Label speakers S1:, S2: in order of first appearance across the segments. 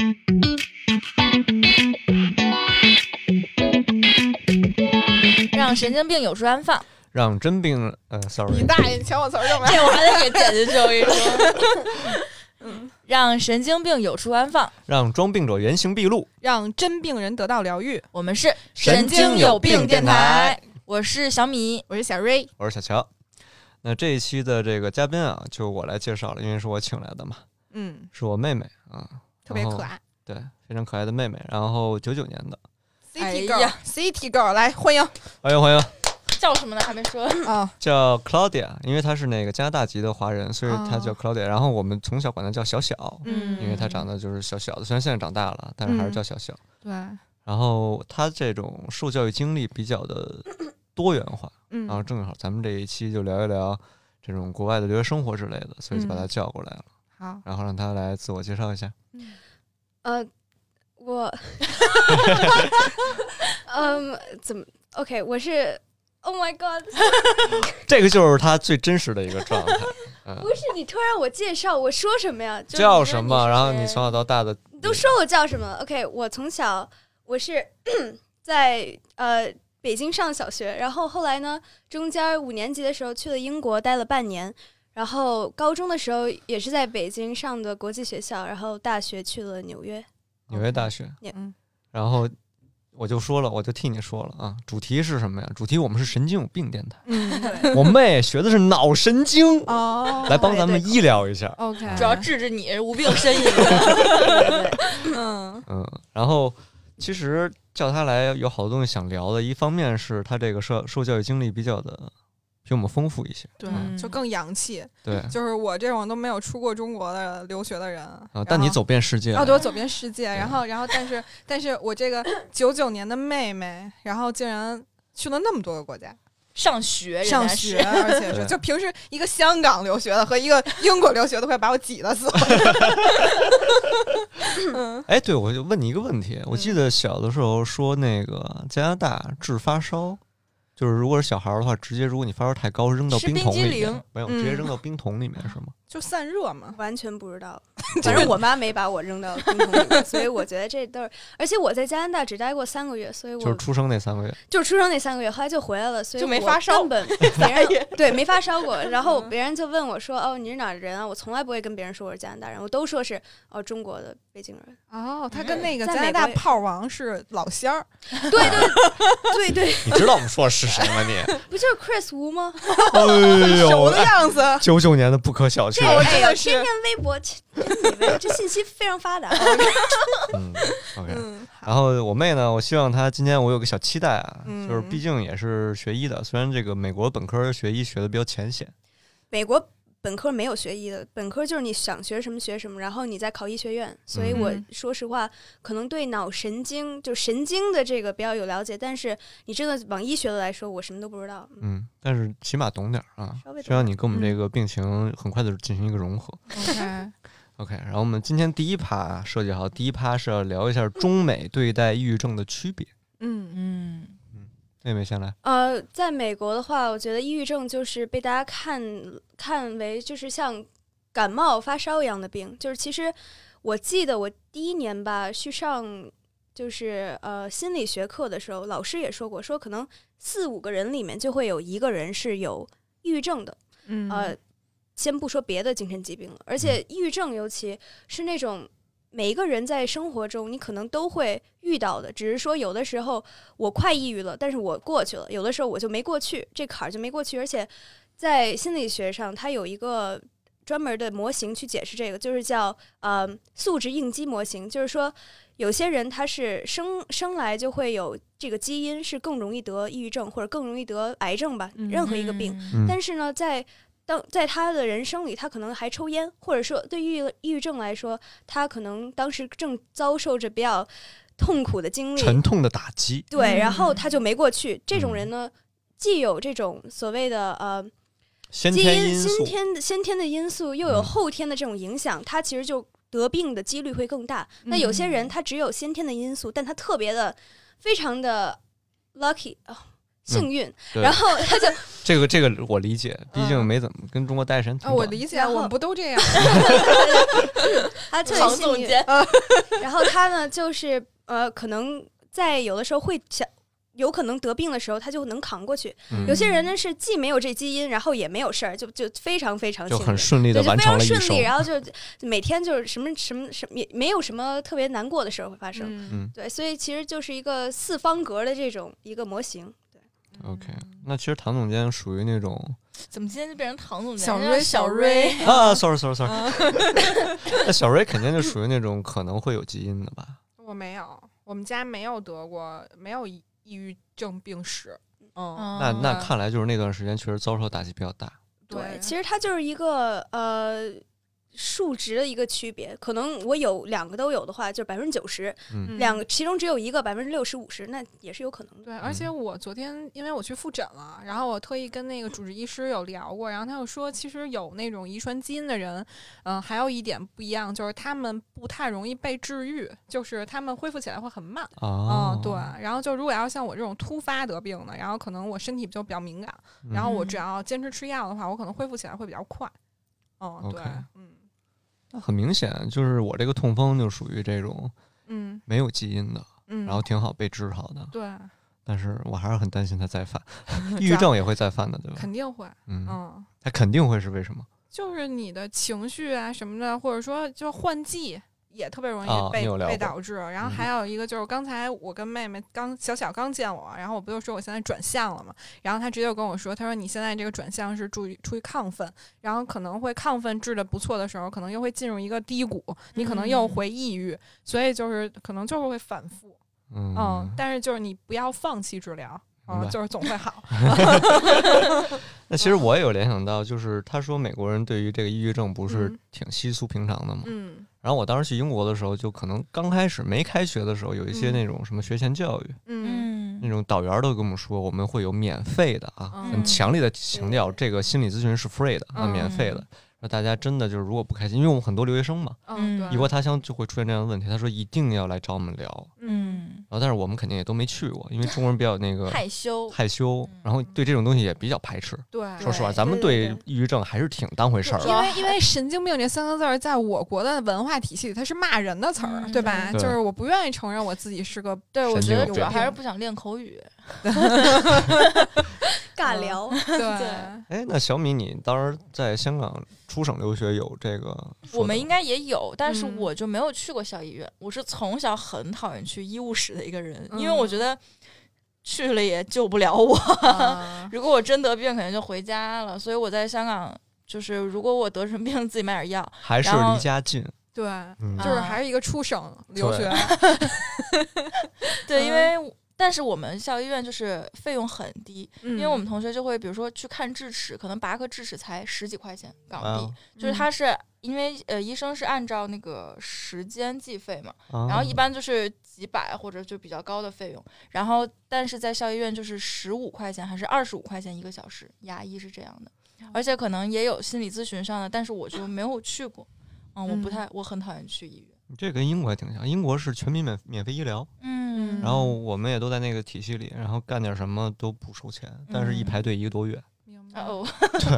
S1: 让神经病有处安放，
S2: 让真病，嗯
S3: 你
S2: ，sorry，
S3: 大爷！你抢我词儿干嘛？
S1: 这我还得给姐姐说一说。让神经病有处安放，
S2: 让装病者原形毕露。
S3: 让真病人得到疗愈。
S1: 我们是
S2: 神经有病电台，
S1: 我是小米。
S3: 我是小瑞，
S2: 我是小乔。那这一期的这个嘉宾啊，就我来介绍了，因为是我请来的嘛，
S3: 嗯，
S2: 是我妹妹啊，
S3: 特别可爱
S2: 对，非常可爱的妹妹。然后九九年的，
S3: ，City
S1: 哎呀
S3: Girl，City Girl，来欢迎
S2: 欢迎欢迎，
S1: 叫什么呢？还没说。
S3: 啊！
S2: 叫 Claudia，因为她是那个加拿大籍的华人，所以她叫 Claudia、然后我们从小管她叫小小，
S3: 哦嗯
S2: 因为她长得就是小小的，虽然现在长大了，但是还是叫小小。
S3: 对，
S2: 然后她这种受教育经历比较的多元化，
S3: 嗯
S2: 然后啊正好咱们这一期就聊一聊这种国外的留学生活之类的，所以就把
S4: 嗯
S2: 她叫过来了，
S3: 好，
S2: 然后让她来自我介绍一下。
S4: 呃，我，嗯，怎么？OK，我是，Oh my God，
S2: 这个就是她最真实的一个 状态。嗯
S4: 不，是你突然我介绍，我说什么呀？就是你
S2: 叫
S4: 说
S2: 什
S4: 你
S2: 么？
S4: 是
S2: 然后你
S4: 谁
S2: 从小到大的，
S4: 你都说我叫什么？OK，我从小我是在呃北京上小学，然后后来呢，中间五年级的时候去了英国待了半年，然后高中的时候也是在北京上的国际学校，然后大学去了纽约。
S2: 纽约大学，
S3: 嗯
S2: 然后我就说了，我就替你说了啊。主题是什么呀？主题我们是神经有病电台，
S3: 嗯，
S2: 我妹学的是脑神经，
S3: 哦
S2: 来帮咱们医疗一下。
S3: ，OK，
S1: 主要治治你无病呻吟。
S3: 嗯
S2: 嗯，然后其实叫她来有好多东西想聊的，一方面是她这个受受教育经历比较的比我们丰富一些，
S3: 对
S2: 嗯，
S3: 就更洋气。
S2: 对
S3: 就是我这种都没有出过中国的留学的人
S2: 啊。但你。走遍世界
S3: 然后，哦，对，我走遍世界，
S2: 对
S3: 然后，然后，但是，但是我这个九九年的妹妹，然后竟然去了那么多个国家
S1: 上学，
S3: 上学，
S1: 人家是
S3: 而且是
S2: 对
S3: 就平时一个香港留学的和一个英国留学的，快把我挤得死 了。嗯
S2: 哎，对，我就问你一个问题。我记得小的时候说那个加拿大治发烧，就是如果是小孩儿的话，直接如果你发烧太高，扔到
S1: 吃
S2: 冰
S1: 冰
S2: 桶
S1: 激
S2: 里面
S1: 凌，
S2: 没有，直接
S3: 嗯
S2: 扔到冰桶里面是吗？
S3: 就散热嘛，
S4: 完全不知道，反正我妈没把我扔到冰桶里面，所以我觉得 这都是。而且我在加拿大只待过三个月，所以我
S2: 就是出生那三个月，
S4: 就是出生那三个月，后来就回来了，所以
S3: 就没
S4: 我
S3: 发烧
S4: 根 本别人对没发烧过。
S2: 嗯
S4: 然后别人就问我说：“哦，你是哪儿人啊？”我从来不会跟别人说我是加拿大人，我都说是哦中国的北京人。
S3: 哦，他
S1: 嗯
S3: 跟那个
S4: 在
S3: 加
S4: 美
S3: 拿
S4: 国
S3: 大
S4: 也
S3: 炮王是老乡儿，
S4: 对对对对，
S2: 你知道我们说的是谁吗？你，
S4: 不就是 Chris Wu 吗？
S2: 哎
S3: 熟
S2: 呦
S3: 的，样子。啊
S2: 九九年的不可小觑
S4: 这，
S3: 真
S4: 个这
S3: 的
S4: 个
S3: 哎是
S4: 天天微博，切你以为这信息非常发达。啊
S2: 嗯，OK。
S3: 嗯，
S2: 然后我妹呢，我希望她今年我有个小期待啊，
S3: 嗯
S2: 就是毕竟也是学医的，虽然这个美国本科学医学的比较浅显，
S4: 美国本科没有学医的，本科就是你想学什么学什么，然后你再考医学院。所以我
S3: 嗯
S4: 说实话，可能对脑神经就神经的这个比较有了解，但是你真的往医学的来说，我什么都不知道。嗯
S2: 嗯，但是起码懂点儿啊
S4: 稍微，懂
S2: 就让你跟我们这个病情很快的进行一个融合。
S3: OK，
S2: OK，然后我们今天第一趴设计好，第一趴是要聊一下中美对待抑郁症的区别。
S3: 嗯
S1: 嗯，
S2: 妹妹先来，
S4: 呃，在美国的话，我觉得抑郁症就是被大家看看为就是像感冒发烧一样的病，就是其实我记得我第一年吧去上就是呃心理学课的时候，老师也说过，说可能四五个人里面就会有一个人是有抑郁症的，
S3: 嗯
S4: 呃，先不说别的精神疾病了，而且抑郁症尤其是那种每一个人在生活中你可能都会遇到的，只是说有的时候我快抑郁了，但是我过去了；有的时候我就没过去，这坎儿就没过去。而且在心理学上，它有一个专门的模型去解释这个，就是叫呃素质应激模型，就是说有些人他是生生来就会有这个基因，是更容易得抑郁症或者更容易得癌症吧，任何一个病。
S1: 嗯
S2: 嗯，
S4: 但是呢，在当在他的人生里，他可能还抽烟，或者说对抑郁抑郁症来说，他可能当时正遭受着比较痛苦的经历，
S2: 沉嗯痛的打击，
S4: 对，
S1: 嗯
S4: 然后他就没过去。这种人呢，既有这种所谓的呃
S2: 先
S4: 基
S2: 天
S4: 因
S2: 因
S4: 先
S2: 素，
S4: 天的先天的因素，又有
S2: 嗯
S4: 后天的这种影响，他其实就得病的几率会更大。那有些
S1: 嗯
S4: 人他只有先天的因素，但他特别的非常的 lucky 啊、
S2: 嗯
S4: 幸运。
S2: 对
S4: 然后他就
S2: 这个这个我理解，毕竟
S3: 嗯
S2: 没怎么跟中国待时间挺
S3: 啊，
S4: 哦
S2: 短
S3: 我
S2: 的。
S3: 理解，
S4: 然后
S3: 我们不都 这样？
S4: 他特别
S1: 唐
S4: 幸
S1: 总
S4: 运，
S1: 监，
S4: 然后他呢，就是呃，可能在有的时候会想，有可能得病的时候，他就能扛过去。
S2: 嗯
S4: 有些人呢是既没有这基因，然后也没有事儿，就就非常非常
S2: 就
S4: 幸
S2: 很
S4: 运。
S2: 顺利
S4: 对，
S2: 的
S4: 就
S2: 完
S4: 非
S2: 成
S4: 常
S2: 了一
S4: 顺
S2: 生
S4: 利，。然后就每天就是什么什么什么也没有什么特别难过的事儿会发生。
S3: 嗯
S2: 嗯
S4: 对，所以其实就是一个四方格的这种一个模型。对，
S2: OK，那其实唐总监属于那 种
S1: 怎么今天就变成唐总监？
S3: 小
S1: 人
S3: 瑞
S1: 家小
S3: 小瑞
S2: 啊，sorry sorry sorry，
S3: 嗯
S2: 那小瑞肯定就属于那种可能会有基因的吧？
S3: 我没有，我们家没有得过，没有抑郁症病史。嗯，
S2: 那
S1: 嗯，
S2: 那
S3: 嗯
S2: 看来就是那段时间确实遭受打击比较大。
S4: 对，其实它就是一个呃数值的一个区别。可能我有两个都有的话，就是百分之九十，
S2: 嗯
S3: 嗯
S4: 两个其中只有一个百分之六十五十，那也是有可能的。
S3: 对，而且
S2: 嗯
S3: 我昨天因为我去复诊了，然后我特意跟那个主治医师有聊过，然后他又说，其实有那种遗传基因的人，嗯、还有一点不一样，就是他们不太容易被治愈，就是他们恢复起来会很慢。
S2: 哦
S3: 嗯，对。然后就如果要像我这种突发得病的，然后可能我身体就比较敏感，
S2: 嗯
S3: 然后我只要坚持吃药的话，我可能恢复起来会比较快。嗯，对
S2: OK
S3: 嗯
S2: 那很明显就是我这个痛风就属于这种
S3: 嗯
S2: 没有基因的，
S3: 嗯，
S2: 然后嗯挺好被治好的，
S3: 对，但
S2: 但是我还是很担心他再 犯，抑郁症也会再犯的，对吧？
S3: 肯定会，
S2: 嗯，
S3: 嗯。
S2: 他肯定会是为什么
S3: 就是你的情绪啊什么的，或者说就换季也特别容
S2: 啊
S3: 易被、
S2: 你有聊
S3: 被
S2: 过
S3: 导致。然
S2: 嗯
S3: 后还有一个就是刚才我跟妹妹刚小小刚见我，然后我不就说我现在转向了嘛，然后她直接就跟我说，她说你现在这个转向是注于出于亢奋，然后可能会亢奋治的不错的时候，可能又会进入一个低谷，你可能又回抑郁，所以就是可能就是会反复。
S2: 嗯？
S3: 嗯，但是就是你不要放弃治疗。
S2: 明
S3: 嗯，
S2: 白
S3: 就是总 会好。
S2: 那其实我也有联想到，就是他说美国人对于这个抑郁症不是
S3: 嗯
S2: 挺稀疏平常的嘛。
S3: 嗯
S2: 然后我当时去英国的时候，就可能刚开始没开学的时候，有一些
S3: 嗯
S2: 那种什么学前教育，
S3: 嗯
S1: 嗯
S2: 那种导员儿都跟我们说，我们会有免费的啊，
S3: 嗯
S2: 很强烈的强调这个心理咨询是 free 的啊，
S3: 嗯
S2: 免费的。那大家真的就是如果不开心，因为我们很多留学生嘛，
S3: 嗯，对
S2: 异国他乡就会出现这样的问题。他说一定要来找我们聊，
S1: 嗯，
S2: 然后但是我们肯定也都没去过，因为中国人比较那个
S1: 害羞，
S2: 害羞
S1: 嗯，
S2: 然后对这种东西也比较排斥。
S3: 对，
S2: 说实话，
S4: 对
S2: 咱们
S4: 对对
S2: 对
S4: 对
S2: 抑郁症还是挺当回事儿
S1: 主
S2: 的。
S3: 因
S1: 要
S3: 为因为“神经病”这三个字儿在我国的文化体系里，它是骂人的词儿，
S1: 嗯
S3: 对吧？
S2: 对
S3: 就是我不愿意承认我自己是个
S1: 对我
S2: 神
S1: 觉得
S2: 经有
S1: 主要
S2: 病
S1: 还是不想练口语。
S4: 尬
S3: 嗯
S4: 聊，
S3: 对，
S2: 哎，那小米，你当时在香港出省留学有这个说的吗？
S1: 我们应该也有，但是
S3: 嗯
S1: 我就没有去过小医院。我是从小很讨厌去医务室的一个人，
S3: 嗯
S1: 因为我觉得去了也救不了我。
S3: 啊
S1: 如果我真得病，可能就回家了。所以我在香港，就是如果我得什么病，自己买点药。
S2: 还是
S1: 然后
S2: 离家近，
S3: 对，
S2: 嗯
S1: 啊
S3: 就是还是一个出省留学，
S1: 对，
S3: 嗯
S1: 因为。但是我们校医院就是费用很低，
S3: 因
S1: 因为我们同学就会，比如说去看智齿，可能拔颗智齿才十几块钱港
S2: 啊
S3: 哦
S1: 币，
S3: 嗯
S1: 就是他是因为呃医生是按照那个时间计费嘛，
S2: 啊
S1: 然后一般就是几百或者就比较高的费用，然后但是在校医院就是十五块钱还是二十五块钱一个小时，牙医是这样的，
S3: 哦
S1: 而且可能也有心理咨询上的，但是我就没有去过，嗯，我不
S3: 嗯
S1: 太，我很讨厌去医院，
S2: 这跟英国还挺像，英国是全民免免费医疗，
S1: 嗯
S2: 然后我们也都在那个体系里，然后干点什么都不收钱，但是一
S1: 嗯
S2: 排队一个多月。
S3: 明白。
S1: 哦，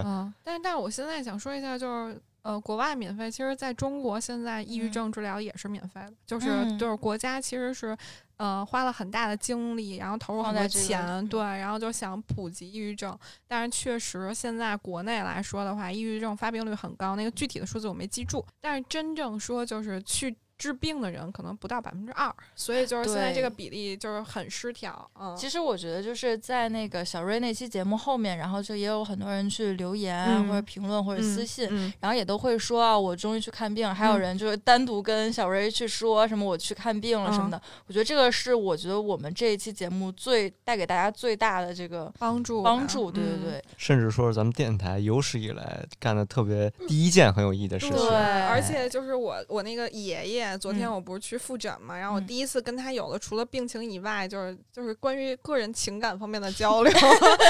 S3: 嗯，但是但是我现在想说一下，就是呃，国外免费，其实在中国现在抑郁
S1: 嗯
S3: 症治疗也是免费的，就是、
S1: 嗯
S3: 就是国家其实是呃花了很大的精力，然后投入
S1: 放
S3: 很多
S1: 在这个
S3: 钱，
S1: 嗯
S3: 对，然后就想普及抑郁症。但是确实现在国内来说的话，抑郁症发病率很高，那个具体的数字我没记住，但是真正说就是去。治病的人可能不到百分之二，所以就是现在这个
S1: 对
S3: 比例就是很失调。嗯，
S1: 其实我觉得就是在那个小瑞那期节目后面，然后就也有很多人去留言啊、
S3: 嗯
S1: 或者评论或者
S3: 嗯
S1: 私信，
S3: 嗯
S1: 然后也都会说啊，我终于去看病了。还有
S3: 嗯
S1: 人就是单独跟小瑞去说什么我去看病了什么
S3: 嗯
S1: 的。我觉得这个是我觉得我们这一期节目最带给大家最大的这个
S3: 帮助
S1: 帮
S3: 吧
S1: 助，对对
S3: 嗯
S1: 对，
S2: 甚至说是咱们电台有史以来干的特别第一件很有意义的事情。啊
S1: 对
S3: 而且就是我我那个爷爷，在昨天
S1: 嗯
S3: 我不是去复诊嘛，然后我
S1: 嗯
S3: 第一次跟他有了除了病情以外，就是就是关于个人情感方面的交 流。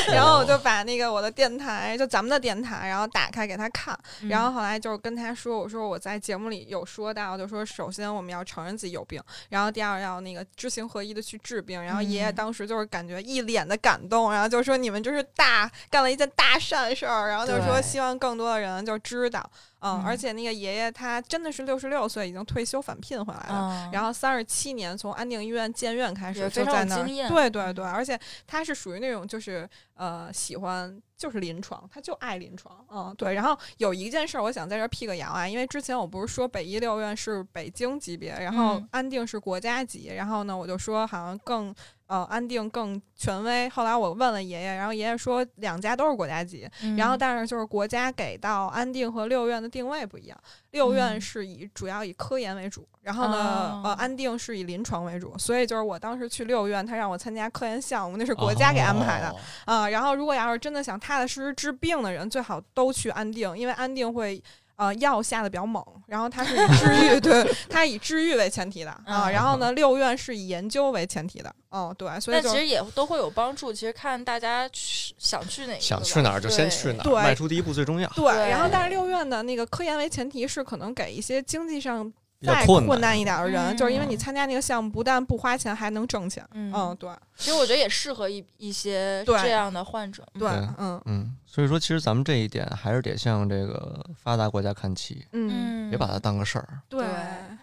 S3: 然
S1: 哦
S3: 后我就把那个我的电台，就咱们的电台，然后打开给他看。
S1: 嗯
S3: 然后后来就是跟他说，我说我在节目里有说到，就说首先我们要承认自己有病，然后第二要那个知行合一的去治病。然后爷爷
S1: 嗯
S3: 当时就是感觉一脸的感动，然后就说你们就是大干了一件大善事儿，然后就说
S1: 对
S3: 希望更多的人就知道，嗯，
S1: 嗯
S3: 而且那个爷爷他真的是六十六岁已经退休返聘回来了。
S1: 嗯，
S3: 然后三十七年从安定医院建院开始
S1: 也非
S3: 就
S1: 常
S3: 在
S1: 有
S3: 那儿，
S1: 经验嗯
S3: 对对对，而且他是属于那种就是呃喜欢就是临床，他就爱临床，嗯对。然后有一件事儿我想在这儿辟个谣啊，因为之前我不是说北医六院是北京级别，然后
S1: 嗯
S3: 安定是国家级，然后呢我就说好像更。呃，安定更权威。后来我问了爷爷，然后爷爷说两家都是国家级，
S1: 嗯
S3: 然后但是就是国家给到安定和六院的定位不一样，六院
S1: 嗯
S3: 是以主要以科研为主，然后呢，呃，
S1: 哦
S3: 安定是以临床为主，所以就是我当时去六院，他让我参加科研项目，那是国家给安排的
S2: 哦
S3: 啊、然后如果要是真的想踏踏实实治病的人，最好都去安定，因为安定会。呃，药下的比较猛，然后它是以 治愈，对，它以治愈为前提的啊。
S1: 嗯
S3: 然后呢，六院是以研究为前提的，哦，对，所以
S1: 但
S3: 就
S1: 其实也都会有帮助，其实看大家去想去哪一个吧，
S2: 想去哪儿就先去哪儿，
S3: 对
S2: 迈出第一步最重要。
S3: 对，
S1: 对
S3: 然后但是六院的那个科研为前提是可能给一些经济上
S2: 比较
S3: 再
S2: 困
S3: 困难一点的人，
S1: 嗯
S3: 就是因为你参加那个项目，不但不花钱，还能挣钱。
S1: 嗯
S3: 嗯，对
S1: 其实我觉得也适合一一些
S3: 对
S1: 这样的患者，
S3: 对
S2: 对，
S3: 嗯
S2: 嗯，所以说其实咱们这一点还是得向这个发达国家看齐，
S3: 嗯，
S1: 嗯，
S2: 别把它当个事儿。
S3: 对
S1: 对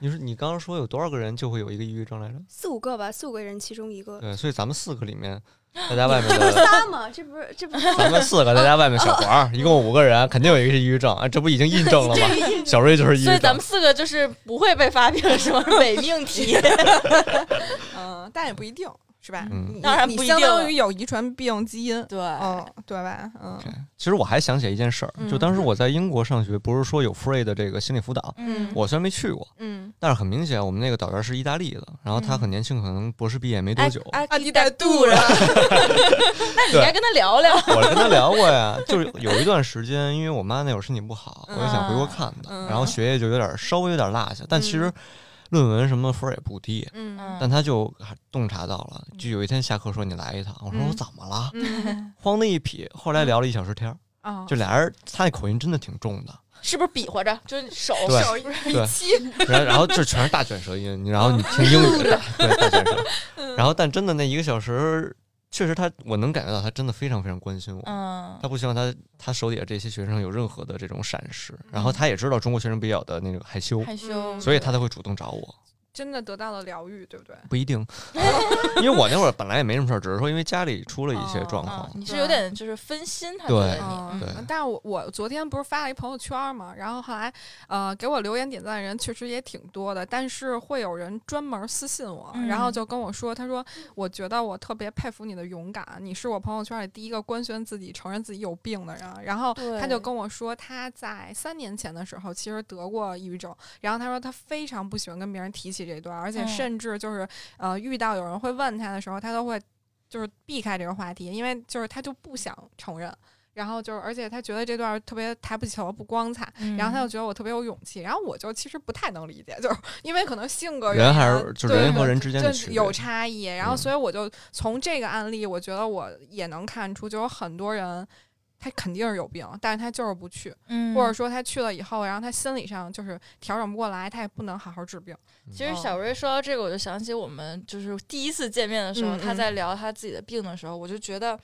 S2: 你说你刚刚说有多少个人就会有一个抑郁症来着？
S4: 四五个吧，四五个人其中一个。
S2: 对，所以咱们四个里面，大家外面
S4: 这不是
S2: 的，
S4: 仨吗？这不是这不是
S2: 咱们四个，大家外面小黄儿，一共五个人，肯定有一个是抑郁症，啊，这不已经印证了吗？ 小瑞就是抑郁
S1: 所以。
S2: 症
S1: 咱们四个就是不会被发病，是吗？ 伪命题，
S3: 嗯，但也不一定是吧？
S2: 嗯
S3: 你
S1: 当然
S3: 你
S1: 不一
S3: 相当
S1: 定
S3: 于有遗传病基因，
S1: 对，
S3: 嗯，对吧？嗯
S2: OK 其实我还想起来一件事儿，就
S3: 嗯
S2: 当时我在英国上学，不是说有 free 的这个心理辅导，
S1: 嗯，
S2: 我虽然没去过，
S3: 嗯，
S2: 但是很明显我们那个导员是意大利的，然后他
S1: 嗯
S2: 很年轻，可能博士毕业没多久，
S1: 阿
S3: 阿
S1: 迪
S3: 迪
S1: 达
S3: 代
S1: 杜
S3: 杜
S1: 了
S3: 了，
S1: 哎那你应该跟他聊聊，
S2: 我跟他聊过呀，就是有一段时间，因为我妈那会儿身体不好，我
S3: 嗯
S2: 就想回国看她，
S3: 嗯
S2: 然后学业就有点稍微有点落下，但其实论文什么分儿也不低，
S3: 嗯
S1: 嗯
S2: 但她就还洞察到了，就有一天下课说你来一趟，我说
S3: 嗯
S2: 我怎么了？
S3: 嗯
S2: 慌的一匹，后来聊了一小时天儿，
S3: 啊，
S2: 就俩人他那口音真的挺重的，
S1: 是不是比划着？就是手
S2: 对
S1: 手
S2: 对
S1: 一气，
S2: 然后然后就全是大卷舌音，然后你听英语，对大卷舌，然后但真的那一个小时，确实他我能感觉到他真的非常非常关心我，
S1: 嗯
S2: 他不希望他他手底下这些学生有任何的这种闪失，然后他也知道中国学生比较的那种害羞，
S1: 害羞，
S3: 嗯
S2: 所以他才会主动找我。
S3: 真的得到了疗愈，对不对？
S2: 不一定， 因为我那会儿本来也没什么事儿，只是说因为家里出了一些状况
S1: 啊，，你是有点就是分心，他觉
S2: 对
S1: 得你
S3: 嗯，
S2: 对
S1: 嗯，
S3: 但我我昨天不是发了一朋友圈嘛，然后后来呃给我留言点赞的人确实也挺多的，但是会有人专门私信我，
S1: 嗯
S3: 然后就跟我说，他说我觉得我特别佩服你的勇敢，你是我朋友圈里第一个官宣自己承认自己有病的人。然后
S1: 对
S3: 他就跟我说，他在三年前的时候其实得过抑郁症，然后他说他非常不喜欢跟别人提起这段，而且
S1: 嗯
S3: 甚至就是、呃遇到有人会问他的时候，他都会。就是避开这个话题，因为就是他就不想承认，然后就是，而且他觉得这段儿特别抬不起头不光彩，
S1: 嗯
S3: 然后他就觉得我特别有勇气，然后我就其实不太能理解，就是因为可能性格原
S2: 人
S3: 因
S2: 还
S3: 啊
S2: 是就
S3: 对
S2: 人
S3: 对
S2: 和人之间的
S3: 就
S2: 区
S3: 是
S2: 别
S3: 有差异，然后
S2: 嗯
S3: 所以我就从这个案例，我觉得我也能看出，就有很多人。他肯定是有病，但是他就是不去，
S1: 嗯
S3: 或者说他去了以后，然后他心理上就是调整不过来，他也不能好好治病。
S2: 嗯
S1: 其实小瑞说到这个，我就想起我们就是第一次见面的时候，
S3: 嗯嗯
S1: 他在聊他自己的病的时候，我就觉得，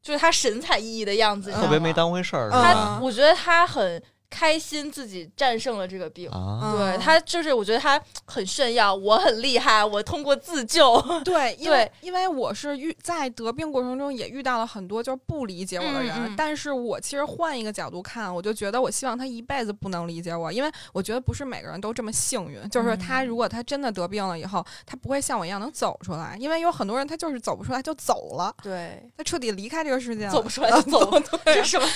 S1: 就是他神采奕奕的样子，你知
S2: 嗯特
S1: 道
S2: 别
S1: 吗
S2: 没啊当回事
S3: 嗯
S2: 儿，是
S1: 他，
S2: 吧？
S1: 我觉得他很开心自己战胜了这个病。
S2: 啊，
S1: 对
S3: 嗯
S1: 他就是，我觉得他很炫耀，我很厉害，我通过自救。
S3: 对，因为因为我是遇在得病过程中也遇到了很多就是不理解我的人，
S1: 嗯嗯
S3: 但是我其实换一个角度看，我就觉得我希望他一辈子不能理解我，因为我觉得不是每个人都这么幸运，就是他
S1: 嗯
S3: 如果他真的得病了以后，他不会像我一样能走出来，因为有很多人他就是走不出来就走了，
S1: 对，
S4: 啊
S3: 他彻底离开这个世界了，
S1: 走不出来就走
S3: 对
S1: 这是什么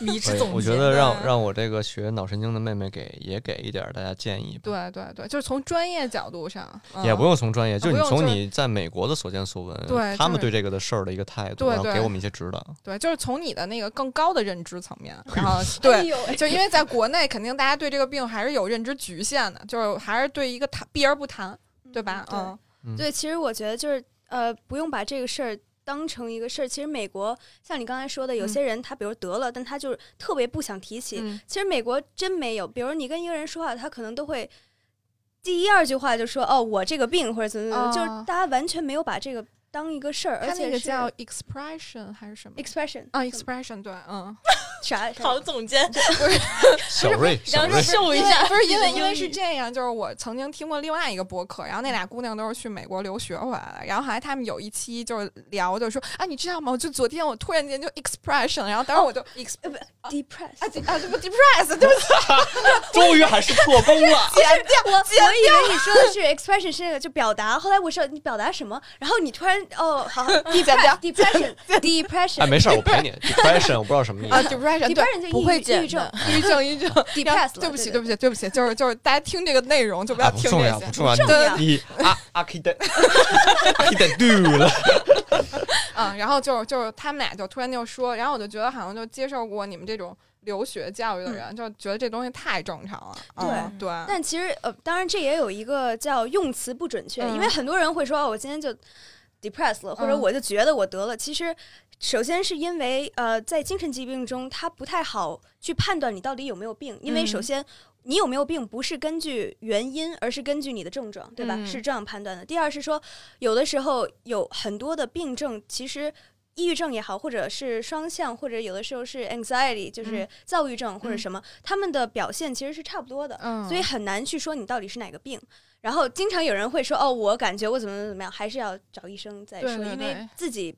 S1: 迷
S2: 所
S1: 之
S2: 以
S1: 总结？
S2: 我觉得让让我这个学脑神经的妹妹给也给一点儿大家建议吧，
S3: 对对对，就是从专业角度上，嗯、
S2: 也不用从专业，就是
S3: 不
S2: 你
S3: 用
S2: 从
S3: 就是
S2: 你在美国的所见所闻，
S3: 对
S2: 他们
S3: 就
S2: 对
S3: 是
S2: 这个的事儿的一个态度，
S3: 对
S2: 然后
S3: 对
S2: 给我们一些指导。
S3: 对，就是从你的那个更高的认知层面，然 后
S4: 哎
S3: 对。
S4: 呦喂
S3: 就因为在国内，肯定大家对这个病还是有认知局限的，就是还是对一个谈避而不谈，对吧？
S4: 嗯
S3: 嗯，
S4: 对，其实我觉得就是呃，不用把这个事儿当成一个事儿。其实美国像你刚才说的，有
S3: 嗯
S4: 些人他比如得了，但他就是特别不想提起。
S3: 嗯
S4: 其实美国真没有，比如你跟一个人说话，他可能都会第一二句话就说哦，我这个病或者怎么怎么，就是
S3: 啊
S4: 大家完全没有把这个当一个事儿，而
S3: 他那
S4: 且
S3: 个
S4: 是
S3: 叫 expression 还是什么
S4: expression
S3: 啊
S4: 什么
S3: ？expression 对，嗯，
S4: 啥啥
S1: 唐总 监，
S2: 小瑞，小
S1: 杨
S2: 瑞
S1: 瑞秀一
S3: 因为
S1: 下，
S3: 不是因
S1: 自己
S3: 为
S1: 的英语
S3: 因为是这样，就是我曾经听过另外一个播客，然后那俩姑娘都是去美国留学回来的，然后还他们有一期就是聊，就是说啊，你知道吗？我就昨天我突然间就 expression，然后当时我就 ex
S4: 呃不 depressed
S3: 啊。啊对不 depress，对不起，
S2: 终于还是破功 了。
S3: 剪掉，
S4: 我我以为你说的是 expression 是那个就表达，后来我说你表达什么，然后你突然哦， 好好
S3: 掉
S4: depression
S2: 哎，
S4: depression
S2: 没事儿，我陪你。Depression，我不知道什么意
S3: 啊
S2: 思。
S3: depression，
S4: 你
S3: 对
S4: 啊不然就抑
S3: 不会
S4: 郁
S3: 剪
S4: 抑郁症
S3: 抑郁症，抑 郁症
S4: depressed 了
S3: 对不起，
S4: 对
S3: 对不起，对不起，就是就是大家听这个内容就不
S2: 啊，
S3: 要
S2: 不
S3: 听
S2: 重
S3: 这
S2: 要，不
S3: 些。
S2: 重要。
S4: 重要
S2: 你你啊啊，可以的，可以 的，对了。
S3: 嗯，然后就是就是他们俩就突然就说，然后我就觉得好像就接受过你们这种留学教育的人，就觉得这东西太正常了。
S4: 嗯对
S3: 嗯对，
S4: 但其实呃，当然这也有一个叫用词不准确，因为
S3: 嗯
S4: 很多人会说、哦、我今天就 depressed 了，或者
S3: 嗯
S4: 我就觉得我得了。其实首先是因为呃，在精神疾病中，它不太好去判断你到底有没有病，因为首
S3: 嗯
S4: 先。你有没有病不是根据原因，而是根据你的症状，对吧？
S3: 嗯
S4: 是这样判断的。第二是说，有的时候有很多的病症，其实抑郁症也好，或者是双向，或者有的时候是 anxiety，就是
S3: 嗯
S4: 躁郁症或者
S3: 嗯
S4: 什么，他们的表现其实是差不多的。
S3: 嗯，
S4: 所以很难去说你到底是哪个病。然后经常有人会说哦，我感觉我怎么怎么样，还是要找医生再说，
S3: 对对
S4: 因为
S3: 对
S4: 自己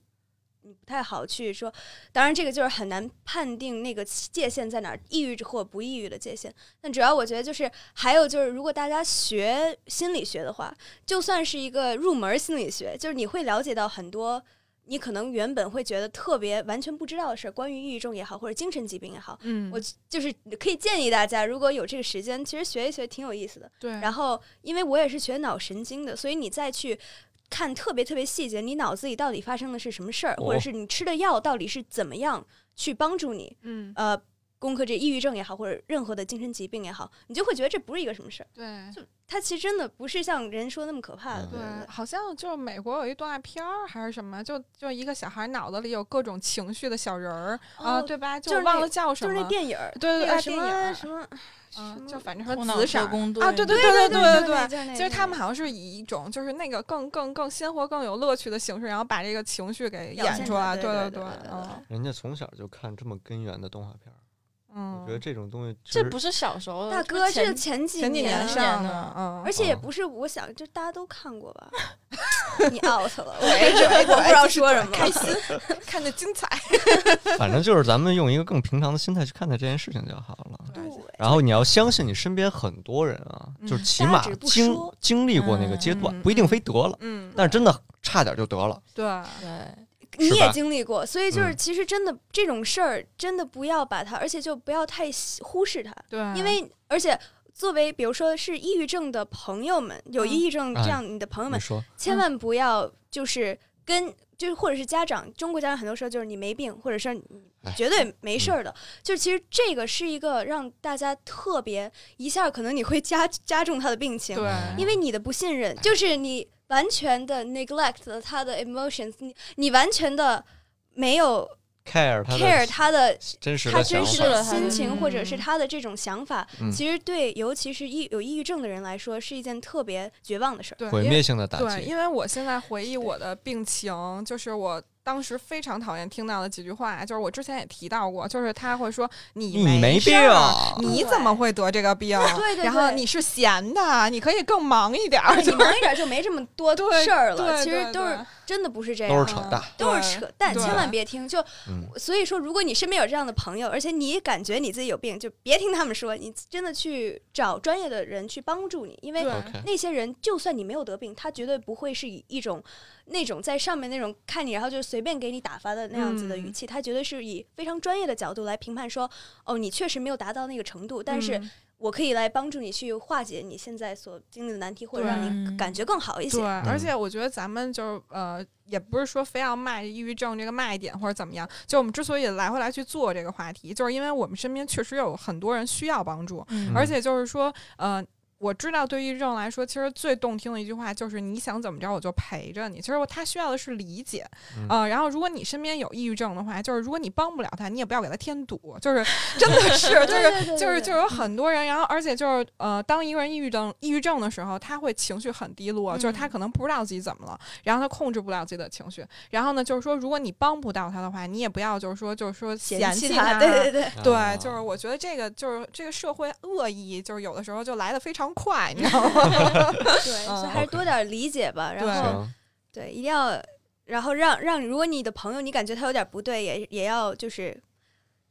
S4: 你不太好去说。当然，这个就是很难判定那个界限在哪儿，抑郁或不抑郁的界限。但主要我觉得就是，还有就是，如果大家学心理学的话，就算是一个入门心理学，就是你会了解到很多。你可能原本会觉得特别完全不知道的事儿，关于抑郁症也好，或者精神疾病也好，
S3: 嗯，
S4: 我就是可以建议大家，如果有这个时间，其实学一学挺有意思的。
S3: 对，
S4: 然后，因为我也是学脑神经的，所以你再去看特别特别细节，你脑子里到底发生的是什么事儿，
S2: 哦
S4: 或者是你吃的药到底是怎么样去帮助你，
S3: 嗯，
S4: 呃，攻克这抑郁症也好，或者任何的精神疾病也好，你就会觉得这不是一个什么事儿，
S3: 对
S4: 就它其实真的不是像人说那么可怕的。
S2: 嗯
S3: 对
S4: 对，
S3: 好像就是美国有一动画片儿还是什么，就就一个小孩脑子里有各种情绪的小人儿啊，
S4: 哦
S3: 对吧？
S4: 就是
S3: 我忘了
S4: 那
S3: 叫什
S4: 就是
S3: 么
S4: 那，电影儿，
S3: 对对对
S4: 那个
S3: 啊
S4: 什
S3: 电影
S4: 么
S3: 儿
S4: 什么什
S3: 嗯，
S4: 么
S3: 就反正和
S1: 头脑
S3: 紫色
S1: 特工队
S3: 啊，对对对对。
S4: 对
S3: 其实他们好像是以一种就是那个更更更鲜活、更有乐趣的形式，然后把这个情绪给
S4: 表
S3: 演
S4: 现
S3: 出
S4: 出
S3: 来。
S4: 来对
S3: 对对
S4: 对对对，对
S3: 嗯
S2: 人家从小就看这么根源的动画片儿，
S3: 嗯，
S2: 我觉得这种东西其
S1: 这
S2: 实
S1: 不是小时候，
S4: 大
S1: 这
S4: 哥，
S1: 是
S4: 这
S1: 前
S4: 前几
S3: 前几
S1: 年
S4: 啊
S1: 上
S3: 上
S1: 的
S3: 的，嗯，
S4: 而且也
S2: 哦
S4: 不是我想，就大家都看过吧？你 out 了，我没准备，我不知道说什么了。
S3: 开心，看着精彩。
S2: 反正就是咱们用一个更平常的心态去看待这件事情就好了。
S4: 对，
S2: 然后你要相信你身边很多人啊，就是起
S4: 大
S2: 码
S4: 致不
S2: 经
S4: 说
S2: 经历过那个阶段，
S3: 嗯
S2: 不一定非得了，
S3: 嗯，
S2: 但是真的差点就得了。
S3: 对，
S1: 对，
S4: 你
S2: 是吧
S4: 也经历过，所以就是
S2: 嗯
S4: 其实真的、这种事儿，真的不要把它，而且就不要太喜忽视它，
S3: 对，
S4: 因为而且作为比如说是抑郁症的朋友们，有
S3: 嗯
S4: 抑郁症
S2: 哎
S4: 这样你的朋友
S2: 你
S4: 们，
S2: 说
S4: 千万不要就是跟。就是或者是家长，中国家长很多时候就是你没病，或者是你
S2: 哎嗯
S4: 绝对没事儿的。就是其实这个是一个让大家特别一下，可能你会加加重他的病情。
S3: 对，
S2: 哎
S4: 因为
S2: 嗯
S4: 你的不信任，就是你完全的 neglect 了他的 emotions，你你完全的没有
S2: care 他
S4: care
S2: 的
S4: 他的
S2: 真实
S4: 他
S2: 的
S4: 真
S2: 想
S4: 实
S1: 是
S2: 法，
S4: 的
S1: 了他的
S4: 心情，
S3: 嗯
S4: 或者是他的这种想法，
S2: 嗯
S4: 其实对尤其是抑有抑郁症的人来说，是一件特别绝望的事儿。
S3: 对，
S2: 毁
S3: 因为
S2: 灭性的打
S3: 对，
S2: 击。
S3: 因为我现在回忆我的病情，就是我当时非常讨厌听到的几句话，就是我之前也提到过，就是他会说你
S2: 你没
S3: 没事
S2: 病
S3: 儿你怎么会得这个病？
S4: 对对
S3: 然后
S4: 对
S3: 你是闲的，你可以更忙一点儿，
S4: 你
S3: 啊就是
S4: 忙一点就没这么多
S3: 对
S4: 事儿了，
S3: 对
S4: 其
S3: 对
S4: 实都是
S3: 对
S4: 真的不是这样，
S2: 都是扯淡。
S4: 都是扯淡，
S3: 对
S4: 千万别听。就
S2: 嗯，
S4: 所以说，如果你身边有这样的朋友，而且你感觉你自己有病，就别听他们说，你真的去找专业的人去帮助你，因
S3: 嗯
S4: 为
S3: 对
S2: OK
S4: 那些人，就算你没有得病，他绝对不会是以一种那种在上面那种看你，然后就随便给你打发的那样子的语
S3: 嗯
S4: 气，他绝对是以非常专业的角度来评判说，哦，你确实没有达到那个程度，但是
S3: 嗯
S4: 我可以来帮助你去化解你现在所经历的难题，或者让
S1: 对
S4: 你感觉更好一
S3: 对，
S4: 些。
S2: 嗯
S3: 而且我觉得咱们就是呃，也不是说非要卖抑郁症这个卖点或者怎么样，就我们之所以来回来去做这个话题，就是因为我们身边确实有很多人需要帮助，
S1: 嗯
S3: 而且就是说呃。我知道，对抑郁症来说，其实最动听的一句话就是“你想怎么着，我就陪着你”。其实我他需要的是理解，
S2: 嗯
S3: 呃，然后如果你身边有抑郁症的话，就是如果你帮不了他，你也不要给他添堵，就是真的是，就是
S4: 对对对嗯
S3: 就是
S4: 对
S3: 就是有很多人，然后而且就是呃，当一个人抑郁症抑郁症的时候，他会情绪很低落，就是他
S1: 嗯
S3: 可能不知道自己怎么了，然后他控制不了自己的情绪。然后呢，就是说，如果你帮不到他的话，你也不要就是说就是说
S4: 嫌
S3: 弃
S4: 弃
S3: 他，
S4: 对对
S2: 哦
S4: 对，
S3: 对，就是我觉得这个就是这个社会恶意，就是有的时候就来的非常快，你知道吗？
S4: 对，所以还是多点理解吧。然后
S3: 嗯
S2: 行，
S4: 对，一定要，然后让让，如果你的朋友你感觉他有点不对，也也要就是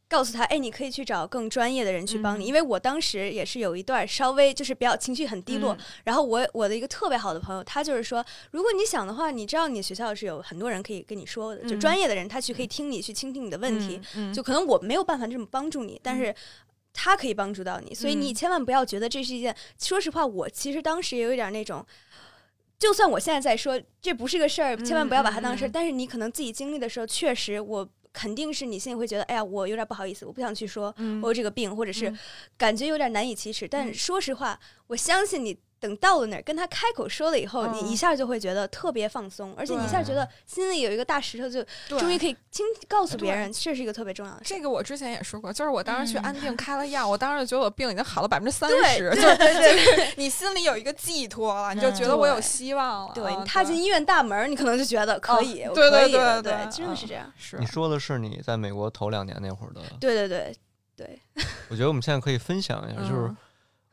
S4: 告诉他，哎，你可以去找更专业的人去帮你。
S3: 嗯
S4: 因为我当时也是有一段稍微就是比较情绪很低落，
S3: 嗯
S4: 然后我我的一个特别好的朋友，他就是说，如果你想的话，你知道你学校是有很多人可以跟你说的，就
S3: 嗯
S4: 专业的人他去可以听你去倾听你的问题，，
S3: 嗯
S4: 就可能我没有办法这么帮助你，但是他可以帮助到你，所以你
S3: 嗯
S4: 千万不要觉得这是一件。说实话，我其实当时也有一点那种，就算我现在在说这不是个事儿，千万不要把它当事儿，
S3: 嗯嗯嗯
S4: 但是你可能自己经历的时候，确实我肯定是你心里会觉得，哎呀，我有点不好意思，我不想去说
S3: 嗯
S4: 我有这个病，或者是
S3: 嗯
S4: 感觉有点难以启齿。但
S3: 嗯
S4: 说实话，我相信你。等到了那儿，跟他开口说了以后，
S3: 嗯
S4: 你一下就会觉得特别放松，而且你一下觉得心里有一个大石头就
S3: 对
S4: 终于可以轻告诉
S3: 对
S4: 别人，这是一个特别重要的事。
S3: 这个我之前也说过，就是我当时去
S1: 嗯
S3: 安定开了药，我当时觉得我病已经好了百分之三
S4: 对
S3: 十，
S4: 对
S3: 就是
S4: 对对
S3: 你心里有一个寄托了，你就
S1: 嗯
S3: 觉得我有希望了。
S4: 对，
S3: 啊
S4: 你踏进医院大门儿，你可能就觉得可以，我
S3: 哦对对
S4: 可以
S3: 对
S4: 了
S3: 对
S4: 对
S3: 对嗯
S4: 真的是这样。
S3: 是
S2: 你说的是你在美国头两年那会儿的，
S4: 对对对对，
S2: 我觉得我们现在可以分享一下，就是
S3: 嗯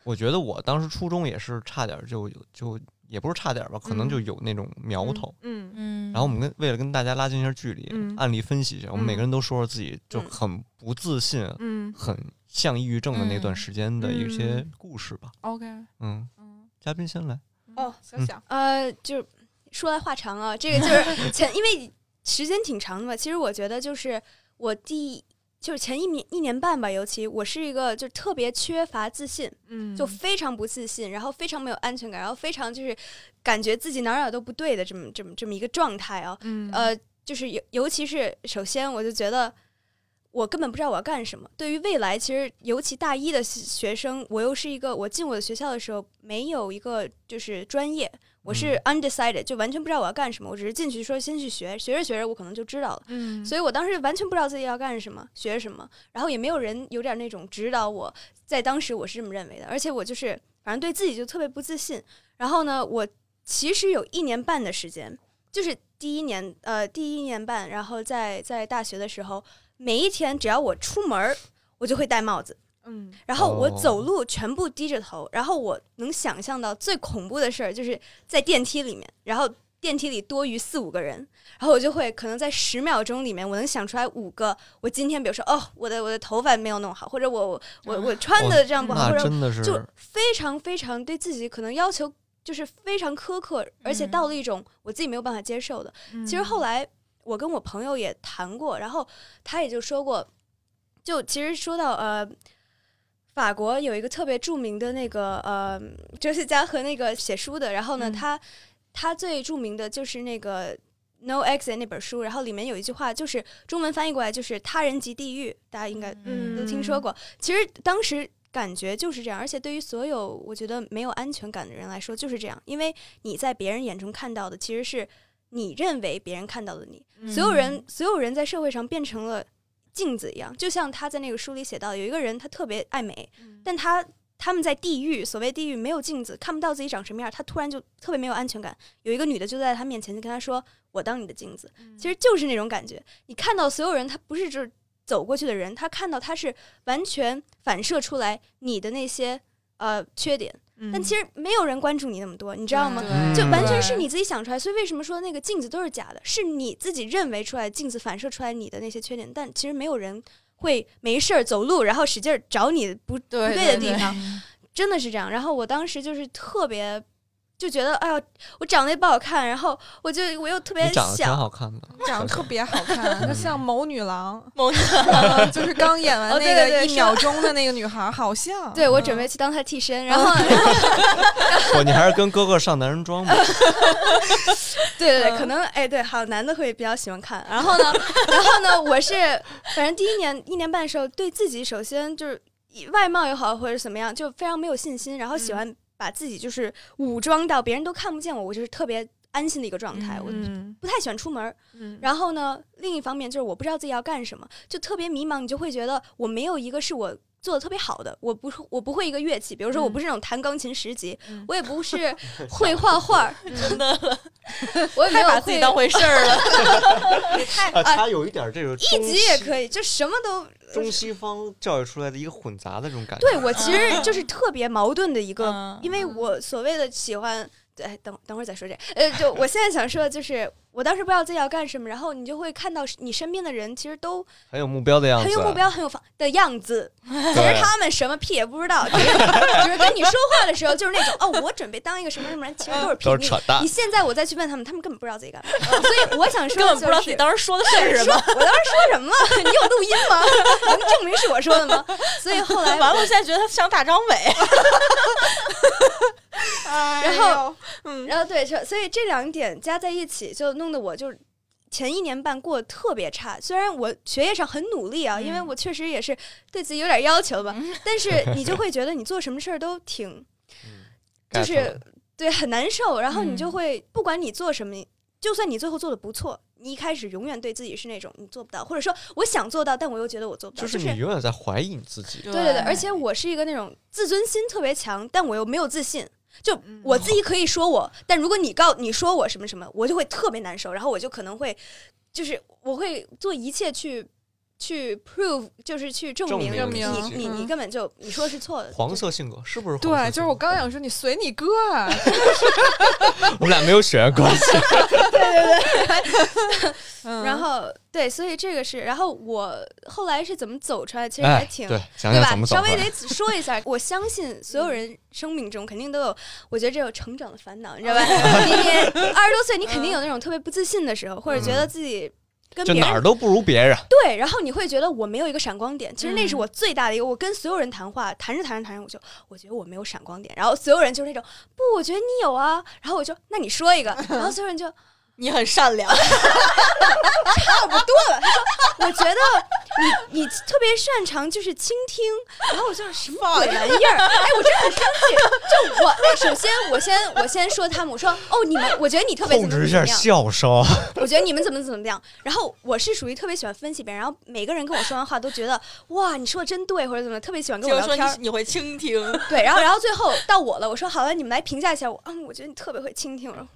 S2: 我觉得我当时初中也是差点儿就就也不是差点儿吧，可能就有那种苗头。
S3: 嗯
S1: 嗯，
S2: 然后我们跟为了跟大家拉近一下距离，
S3: 嗯
S2: 案例分析一下，我们每个人都说说自己就
S4: 嗯
S2: 很不自信、
S3: 嗯
S2: 很像抑郁症的那段时间的一些
S3: 嗯
S2: 故事吧。
S3: ，OK，
S2: 嗯，
S3: 嗯，
S2: 嘉宾先来，
S4: 哦，
S3: 小
S2: 嗯
S3: 小，
S4: 呃，就是说来话长啊，这个就是 前，因为时间挺长的嘛。其实我觉得就是我第就是前一年一年半吧，尤其我是一个就特别缺乏自信，
S3: 嗯
S4: 就非常不自信，然后非常没有安全感，然后非常就是感觉自己哪儿哪儿都不对的这么这么这么一个状态啊。
S3: 嗯
S4: 呃，就是尤尤其是首先，我就觉得我根本不知道我要干什么。对于未来，其实尤其大一的学学生，我又是一个我进我的学校的时候没有一个就是专业，我是 undecided，、就完全不知道我要干什么。我只是进去说先去学，学着学着我可能就知道了。
S3: 嗯，
S4: 所以我当时完全不知道自己要干什么，学什么，然后也没有人有点那种指导我，在当时我是这么认为的，而且我就是反正对自己就特别不自信。然后呢，我其实有一年半的时间，就是第一年呃第一年半，然后在在大学的时候，每一天只要我出门儿，我就会戴帽子。
S3: 嗯
S4: 然后我
S2: 哦
S4: 走路全部低着头，然后我能想象到最恐怖的事儿就是在电梯里面，然后电梯里多余四五个人，然后我就会可能在十秒钟里面，我能想出来五个。我今天比如说哦，我的我的头发没有弄好，或者我我我我穿的这样不
S2: 啊
S4: 好，哦或
S2: 哦那
S4: 者
S2: 真的是
S4: 就非常非常对自己可能要求就是非常苛刻，而
S2: 嗯
S4: 且到了一种我自己没有办法接受的。
S3: 嗯
S4: 其实后来我跟我朋友也谈过，然后他也就说过，就其实说到呃，法国有一个特别著名的那个呃哲学家和那个写书的，然后呢，
S3: 嗯
S4: 他他最著名的就是那个。No Exit 那本书，然后里面有一句话，就是中文翻译过来就是“他人即地狱”，大家应该
S3: 嗯
S4: 都听说过。其实当时感觉就是这样，而且对于所有我觉得没有安全感的人来说就是这样，因为你在别人眼中看到的其实是你认为别人看到的你。
S1: 嗯
S4: 所有人，所有人在社会上变成了镜子一样，就像他在那个书里写到，有一个人他特别爱美，
S3: 嗯
S4: 但他。他们在地狱，所谓地狱没有镜子，看不到自己长什么样，他突然就特别没有安全感。有一个女的就在他面前就跟他说：“我当你的镜子。”其实就是那种感觉。你看到所有人，他不是就是走过去的人，他看到他是完全反射出来你的那些呃缺点，
S3: 嗯
S4: 但其实没有人关注你那么多，你知道
S1: 嗯
S4: 吗？
S3: 对
S4: 就完全
S3: 对
S4: 是你自己想出来，所以为什么说那个镜子都是假的？是你自己认为出来，镜子反射出来你的那些缺点，但其实没有人会没事儿走路，然后使劲儿找你不不
S1: 对
S4: 对的
S1: 对
S4: 地方，真的是这样。然后我当时就是特别就觉得，哎呦，我长得也不好看，然后我就我又特别
S2: 你长得挺
S4: 小，
S2: 好看的，
S3: 长得特别好看，她像某女郎，
S1: 某女
S3: 郎就是刚演完
S4: 哦
S3: 那
S4: 对对
S3: 个
S4: 对
S3: 一秒钟的那个女孩，好像。
S4: 对我
S3: 嗯
S4: 准备去当他 替身，然后
S2: 不，你还是跟哥哥上男人装 吧。
S4: 啊
S3: 嗯
S4: 对对对，可能哎对，好男的会比较喜欢看。然后呢， 然后呢，我是反正第一年一年半的时候，对自己首先就是以外貌也好或者怎么样，就非常没有信心，然后喜
S3: 嗯
S4: 欢把自己就是武装到别人都看不见我，我就是特别安心的一个状态。我
S3: 嗯
S4: 不太喜欢出门儿，
S3: 嗯，
S4: 然后呢，另一方面就是我不知道自己要干什么，就特别迷茫，你就会觉得我没有一个是我。做的特别好的，我不是我不会一个乐器，比如说我
S3: 嗯
S4: 不是那种弹钢琴十级，
S3: 嗯
S4: 我也不是会画画 儿，
S1: 真的了，
S4: 我也没
S1: 太
S4: 有
S1: 把自己
S4: 会
S1: 当回事儿 了。
S4: 太
S2: 啊，
S4: 啊
S2: 他有一点这个
S4: 一级也可
S2: 以，
S4: 以，就什么都。
S2: 中西方教育出来的一个混杂的这种感觉。
S4: 对我其实就是特别矛盾的一个，
S1: 嗯
S4: 因为我所谓的喜欢，哎，等等会儿再说这，呃，就我现在想说的就是，我当时不知道自己要干什么，然后你就会看到你身边的人其实都
S2: 很有目标的样子，啊
S4: 很有目，标、很有方的样子，
S2: 其
S4: 其实他们什么屁也不知道，只是只是跟你说话的时候就是那种哦，我准备当一个什么什么人，其实都是
S2: 都
S4: 凭
S2: 是
S4: 你。
S2: 扯淡
S4: 你。现在我再去问他们，他们根本不知道自己干嘛，所以我想说、就是，
S1: 根本不知道自己当时说的是什
S4: 说
S1: 么。
S4: 我当时说什 么了？你有录音吗？能证明是我说的吗？所以后来
S1: 完了，我现在觉得他像大张伟。
S3: 然
S4: 然
S3: 后嗯，
S4: 然后对，所所以这两点加在一起，就弄得我就前一年半过得特别差。虽然我学业上很努力啊，因为
S1: 嗯
S4: 我确实也是对自己有点要求吧，
S1: 嗯
S4: 但是你就会觉得你做什么事儿都挺
S2: 嗯
S4: 就
S2: get
S4: 是
S2: 了
S4: 对很难受，然后你就
S1: 嗯
S4: 会不管你做什么。就算你最后做的不错，你一开始永远对自己是那种你做不到，或者说我想做到，但我又觉得我做不到，
S2: 就是你永远在怀疑你自己。
S4: 对对对，而且我是一个那种自尊心特别强，但我又没有自信。就
S3: 嗯
S4: 我自己可以说我，但如果你告你说我什么什么，我就会特别难受，然后我就可能会，就是我会做一切去去 prove，就是去证
S2: 证
S4: 明
S2: 明
S4: 你
S3: 自己
S4: 你你
S3: 嗯
S4: 根本就你说是错的。
S2: 黄色性格是不是黄色性格？
S3: 对，就是我刚想说，你随你哥啊，
S2: 我们俩没有血缘关系。
S3: 嗯
S4: 然后对，所以这个是，然后我后来是怎么走出来，其实还
S2: 哎，
S4: 挺
S2: 对，想
S4: 对
S2: 想
S4: 吧
S2: 怎么？走啊
S4: 稍
S2: 出
S4: 微
S2: 来。
S4: 得说一下，我相信所有人生命中肯定都有，我觉得这有成长的烦恼，你知 道吧？你你二十多岁，你肯定有那种特别不自信的时候，或者觉得自己跟
S2: 嗯就
S4: 别
S2: 哪儿
S4: 人
S2: 都不如别人，
S4: 对，然后你会觉得我没有一个闪光点。其实那是
S1: 嗯
S4: 我最大的一个，我跟所有人谈话，谈着谈着谈着，我就我觉得我没有闪光点，然后所有人就是那种不，我觉得你有啊，然后我就那你说一个，然后所有人就
S1: 你很善良，
S4: 差不多了。他说：“我觉得你你特别擅长就是倾听。”然后我就是什么鬼玩意儿？哎，我真的很生气。就我，哎，首先我先我先说他们，我说哦，你们，我觉得你特别怎
S2: 控
S4: 么怎
S2: 制
S4: 么
S2: 一下
S4: 样，哦
S2: 笑声。
S4: 我觉得你们怎么怎么样。然后我是属于特别喜欢分析别人，然后每个人跟我说完话都觉得哇，你说的真对，或者怎么，特别喜欢跟
S1: 就
S4: 我
S1: 是说
S4: 聊
S1: 你
S4: 天儿。
S1: 你会倾听，
S4: 对，然后然后最后到我了，我说好了，你们来评价一下我。嗯，我觉得你特别会倾听，我说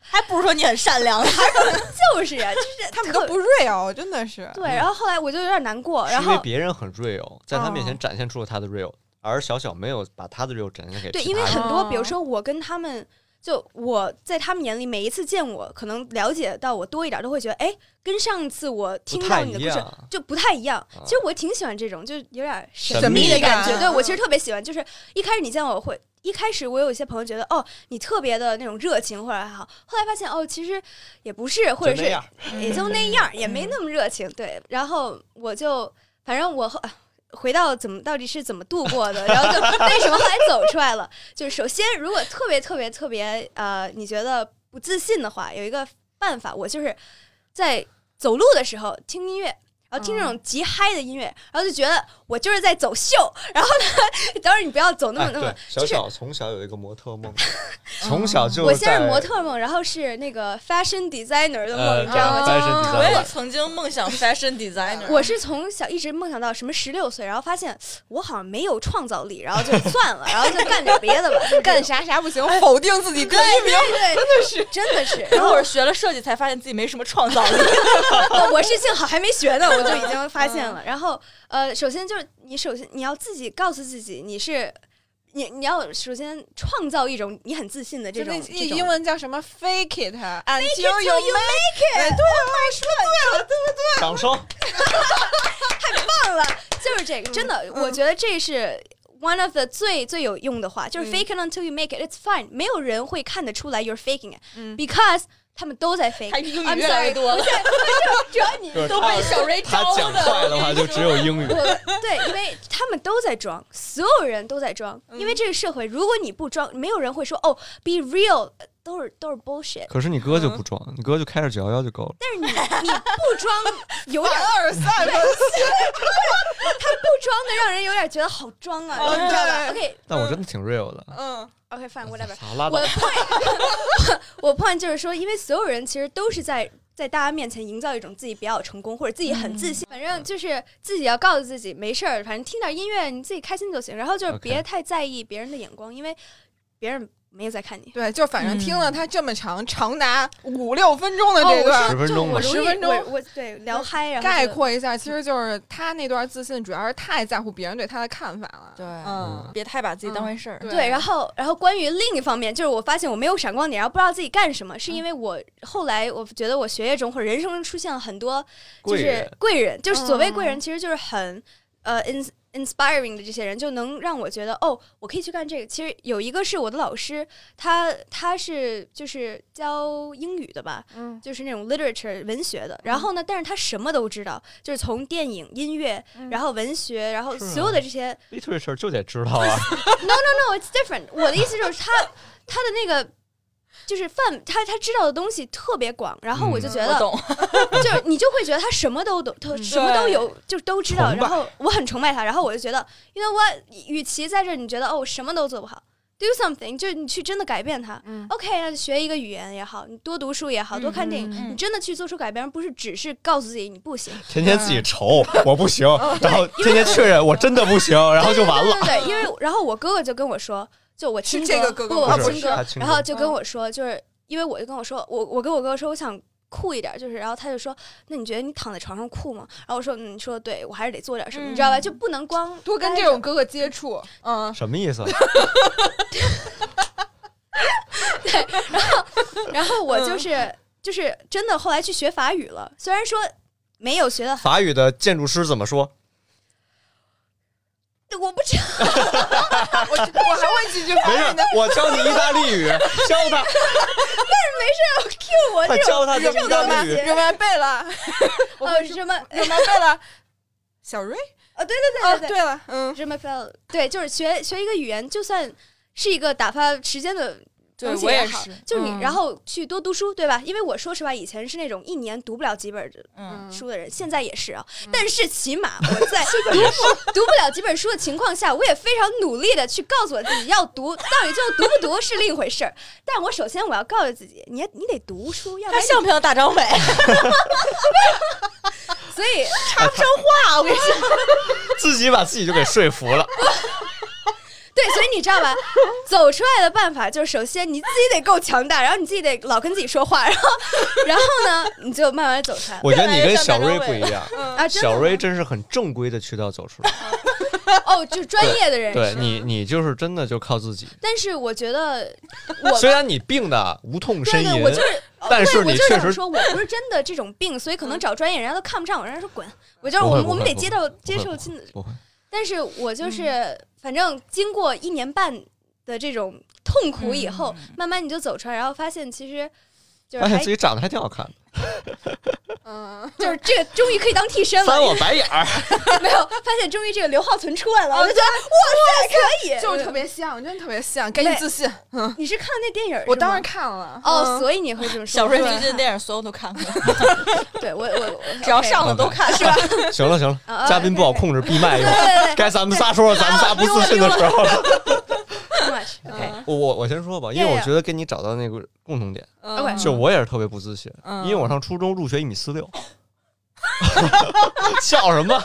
S1: 还不如说你很善 良。
S4: 就是呀、就是
S3: 他们
S4: 特
S3: 都不 real，真的是。
S4: 对。然后后来我就有点难过，
S2: 是
S4: 然
S2: 因为
S4: 后。
S2: 别人很 real，在他面
S3: 哦
S2: 前展现出了他的 real，而小小没有把他的 real 展现给
S4: 对，
S2: 其
S4: 因为
S2: 他人
S4: 很多，比
S3: 哦
S4: 如说我跟他们，就我在他们眼里，每一次见我，可能了解到我多一点儿，都会觉得，哎，跟上次我听
S2: 不
S4: 到
S2: 太
S4: 你的
S2: 一
S4: 故事
S2: 样。
S4: 就不太一样
S2: 啊。
S4: 其实我挺喜欢这种，就是有点儿
S2: 神秘
S4: 秘的
S3: 感
S4: 感觉。对我
S3: 嗯
S4: 其实特别喜欢，就是一开始你见我会。一开始我有一些朋友觉得哦，你特别的那种热情或者还好，后来发现哦，其实也不是，或者
S2: 就是那样
S3: 嗯
S4: 也就那样，也没那么热情。对，然后我就反正我后。啊回到怎么到底是怎么度过的，然 后就为什么后来走出来了？就是首先，如果特别特别特别呃，你觉得不自信的话，有一个办法，我就是在走路的时候听音乐，然后听那
S2: 嗯
S4: 种极嗨的音乐，然后就觉得我就是在走秀。然后呢，当然你不要走那么
S2: 哎，
S4: 那么
S2: 对，，小
S4: 就是
S2: 小从小有一个模特 梦，从小就
S4: 我先是
S2: 在
S4: 模特梦，然后是那个 fashion designer 的梦，
S2: 呃
S4: 你知道吗？
S2: fashion
S3: 啊
S2: design
S1: 我也
S2: 吧
S1: 曾经梦 想 fashion designer，
S4: 我是从小一直梦想到什么十六岁，然后发现我好像没有创造力，然后就算了，然后就干点别的吧，就
S3: 干
S4: 这种
S3: 啥啥不行，否定自己
S4: 对
S3: 哎对
S4: 对对，真的是真的是。然
S1: 然后
S4: 后呃
S1: 我是学了设计才发现自己没什么创造力。
S4: 我我是幸好还没学呢，我就已经发现了。然后呃，首先就是你首先你要自己告诉自己你是你你要首先创造一种你很自信的这
S3: 就
S4: 种
S3: 那
S4: 这
S3: 那
S4: 种
S3: 英文叫什么？Fake it until
S4: till you
S3: make it。对，我说对了，对
S2: 掌声。
S4: 忘了，就是这个，真的，
S3: 嗯
S4: 我觉得这是 one of the 最最有用的话，就是
S3: 嗯
S4: fake it until you make it, it's fine，没有人会看得出来 you're faking it
S3: 嗯
S4: because 他们都在 fake，
S1: 他英
S4: I'm
S1: 语越来越
S4: sorry，
S1: 多了，
S4: 只要你
S2: 就是
S1: 都被
S2: 他
S1: 小 Ray
S2: 他
S1: 招
S2: 讲
S1: 的。
S2: 快的话，就只有英语。
S4: 我对，因为他们都在装，所有人都在装，
S3: 嗯
S4: 因为这个社会，如果你不装，没有人会说哦，be real，都是都是 bullshit。
S2: 可是你哥就不
S4: 嗯
S2: 装，你哥就开着九幺幺就够了。
S4: 但是你你 不装，有点
S3: 凡尔赛 吧。
S4: 不装的，让人有点觉得好装啊，
S3: 哦
S4: 你知道
S3: 对
S4: 吧？OK
S2: 但我真的挺 real 的。
S3: 嗯
S4: OK fine whatever，
S2: 好拉倒
S4: 我的。point，我 point 就是说，因为所有人其实都是在在大家面前营造一种自己比较有成功或者自己很自
S3: 嗯
S4: 信，反正就是自己要告诉自己没事儿，反正听点音乐你自己开心就行，然后就是
S2: OK
S4: 别太在意别人的眼光，因为别人没有在看你。
S3: 对，就反正听了他这么长，长达五六分钟
S4: 哦
S3: 的这
S2: 十
S3: 段，
S2: 分钟吧
S4: 我
S3: 十分钟
S4: 我我对聊嗨，然后
S3: 概
S4: 就
S3: 括一下，其实就是他那段自信主要是太在乎别人对他的看法了。
S1: 对
S3: 嗯，
S1: 别太把自己当回事儿。
S3: 对
S4: 对，然后然后关于另一方面，就是我发现我没有闪光点，然后不知道自己干什么，是因为我后来我觉得我学业中或者人生中出现了很多就
S2: 贵
S4: 是
S2: 人
S4: 贵人，就是所谓贵
S3: 嗯
S4: 人，其实就是很呃 ins inspiring 的这些人，就能让我觉得哦，我可以去干这个。其实有一个是我的老师，他他是就是教英语的吧，
S3: 嗯
S4: 就是那种 literature 文学的。然后呢，但是他什么都知道，就是从电影、音乐，
S3: 嗯
S4: 然后文学，然后
S2: 是啊
S4: 所有的这些。
S2: literature 就得知道 啊。
S4: No, it's different。我的 意思就是他他的那个。就是范他他知道的东西特别广，然后我就觉
S1: 嗯我
S4: 得，
S1: 懂，
S4: 就是你就会觉得他什么都懂，他
S3: 嗯
S4: 什么都
S1: 对
S4: 有，就都知道。
S2: 崇拜
S4: 然后我很崇拜他，然后我就觉得，因为我与其在这儿你觉得哦我什么都做不好，do something，就是你去真的改变他。
S3: 嗯，
S4: OK，那就学一个语言也好，你多读书也好，多看电影，
S1: 嗯
S4: 你真的去做出改变，而不是只是告诉自己你不行。
S2: 天天自己 愁，我不行，
S4: 哦
S2: 然后天天确认我真的不行，然后就完
S4: 对
S2: 了。
S4: 对对，因为然后我哥哥就跟我说，就我亲
S3: 是这个哥哥
S4: 不
S3: 吗
S4: 我
S2: 不是
S4: 亲
S2: 他
S4: 哥，
S2: 亲哥
S4: 然后就跟我说，就是因为我就跟我说，我我跟我哥哥说，我想酷一点，就是然后他就说，那你觉得你躺在床上酷吗？然后我说，嗯你说的对，我还是得做点什么，
S1: 嗯
S4: 你知道吧？就不能光
S3: 多跟
S4: 待
S3: 这
S4: 着
S3: 种哥哥接触， 嗯，
S2: 什么意思？
S4: 然后我就是
S3: 嗯
S4: 就是真的后来去学法语了，虽然说没有学的，
S2: 法语的建筑师怎么说？
S4: 我不知道，
S3: 我我还会几句法
S2: 没
S3: 语
S2: 事
S3: 呢。，
S2: 哎我教你意大利 语，教他，
S4: 就我
S2: 快
S4: 这种
S2: 教他
S4: 这
S2: 教
S4: 种
S2: 意大
S4: 东
S2: 利语
S4: 西。
S3: 有完背 了，我
S4: 呃
S3: 会说
S4: 什么
S3: 有完背了。小瑞，
S4: 哦，对
S3: 啊，
S4: 对对对
S3: 对了，嗯，
S4: 什么 fail，对，就是学学一个语言，就算是一个打发时间的
S1: 对
S4: 东西
S1: 我也
S4: 好
S1: 是，
S4: 就是你、
S3: 嗯
S4: 然后去多读书，对吧？因为我说实话，以前是那种一年读不了几本
S1: 嗯，
S3: 嗯
S4: 书的人，现在也是啊。但是起码 我在读不读不了几本书的情况下，我也非常努力的去告诉我自己要读，到底最后读不读是另一回事儿。但我首先我要告诉自己，你你得读书，要不
S1: 他
S4: 然
S1: 像不像大张伟？
S4: 你 所以
S1: 哇，我跟你说，
S2: 自己把自己就给说服了。
S4: 对，所以你知道吧？走出来的办法就是，首先你自己得够强大，然后你自己得老跟自己说话，然后，然后呢，你就慢慢走出来
S2: 我觉得你跟小瑞不一样，
S4: 啊。真的
S2: 小瑞真是很正规的渠道走出来。
S4: 哦，就是专业的人
S2: 对
S4: 士。
S2: 你，你就是真的就靠自己。
S4: 但是我 觉得我
S2: 虽然你病的无痛呻
S4: 对对，我就
S2: 吟，
S4: 是，
S2: 但是
S4: 对，我
S2: 你
S4: 就
S2: 确
S4: 想
S2: 实嗯
S4: 说，我不是真的这种病，所以可能找专业人家都看不上我，人家说滚。我就是
S2: 不
S4: 我
S2: 会
S4: 们
S2: 不
S4: 我们
S2: 会
S4: 得
S2: 不
S4: 接
S2: 会
S4: 受
S2: 会不会
S4: 接受
S2: 嗯
S4: 亲子，
S2: 不会。
S4: 但是我就是反正经过一年半的这种痛苦以后，慢慢你就走出来，然后发现其实就
S2: 嗯
S4: 是哎
S2: 发现
S4: 还
S2: 哎自己长得还挺好看的，
S3: 嗯，
S4: 就是这个终于可以当替身了，
S2: 翻我白眼 儿。
S4: 没有发现，终于这个刘浩存出来了，
S2: 哦
S4: 我就觉得哇塞，可以，
S3: 就是特别像，真的特别像，给你自信。
S4: 你是看了那电影儿是吗？
S3: 我当然看了，
S4: 哦，
S3: 嗯
S4: 所以你会这么说。
S1: 小瑞最
S4: 对
S1: 近的电影所有都 看过，
S4: 对我我我
S1: 只要上了都看，是 吧？
S2: 行了行了，
S4: 啊啊
S2: 嘉宾不好
S4: 对对
S2: 控制，闭麦一会
S4: 对
S2: 儿。
S4: 对 对
S2: 该咱们仨说说咱们仨不自信的时候了。
S4: ，too much。OK，
S3: 嗯
S2: 我我我先说吧，因为我觉得跟你找到那个共同点，
S3: 嗯
S2: 就我也是特别不自信，
S3: 嗯
S2: 因为我上初中入学一米四 六，笑什么？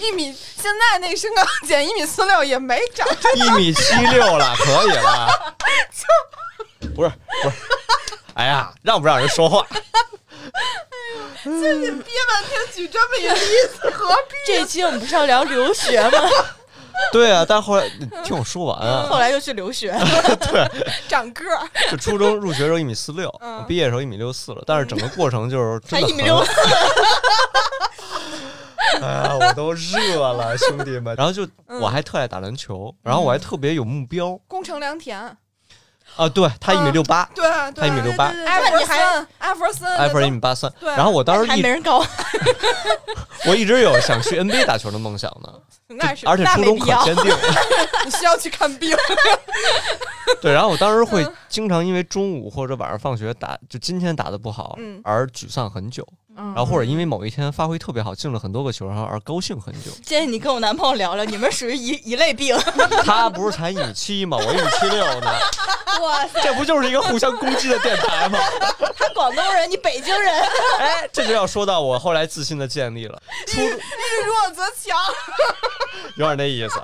S3: 一米，现在那身高减一米四六也没长。
S2: 一米七六了，可以 了。不是不是，哎呀，让不让人说 话？
S3: 你憋半天举这么一个例子，何必？
S1: 这一期我们不是要聊留学吗？
S2: 对啊，但后来你听我说完
S1: 后
S2: 啊，
S1: 来又去留学，
S3: 长个儿，
S2: 就初中入学的时候一米四六
S3: 嗯，
S2: 毕业的时候一米六四了，但是整个过程就是真的
S1: 还
S2: 嗯
S1: 一米六
S2: 四。 哎呀，我都热了，兄弟们！然后就
S1: 嗯
S2: 我还特爱打篮球，然后我还特别有目标
S3: 宫城良田，
S2: 啊。对他一米
S1: 嗯
S2: 六八，
S3: 对啊对
S2: 他一米
S3: 啊，
S2: 六八，
S3: 艾
S1: 那
S3: 弗
S1: 你还
S3: 森，艾弗森，
S2: 艾弗一米八三。
S3: 对
S2: 然后我当时
S1: 啊还
S2: 一
S1: 没人高，
S2: 我一直有想去 NBA 打球的梦想呢，
S3: 那是
S2: 而 且
S1: 那
S2: 初
S1: 没
S2: 中
S1: 必
S2: 可
S1: 要
S2: 坚定。
S3: 你需要去看病，
S2: 对，然后我当时会
S1: 嗯
S2: 经常因为中午或者晚上放学打，就今天打的不好
S3: 嗯
S2: 而沮丧很久，
S1: 嗯
S3: 然
S2: 然后或者因为某一天发挥特别好，进了很多个球，然后而高兴很久。
S1: 建议你跟我男朋友聊聊，你们属于一 一类病。
S2: 他不是才一米七吗？我一米七六 呢，
S1: 哇塞，
S2: 这不就是一个互相攻击的电台吗？
S1: 他广东人，你北京人，
S2: 哎，这就要说到我后来自信的建立了，初
S3: 日弱则强，
S2: 有点那意思。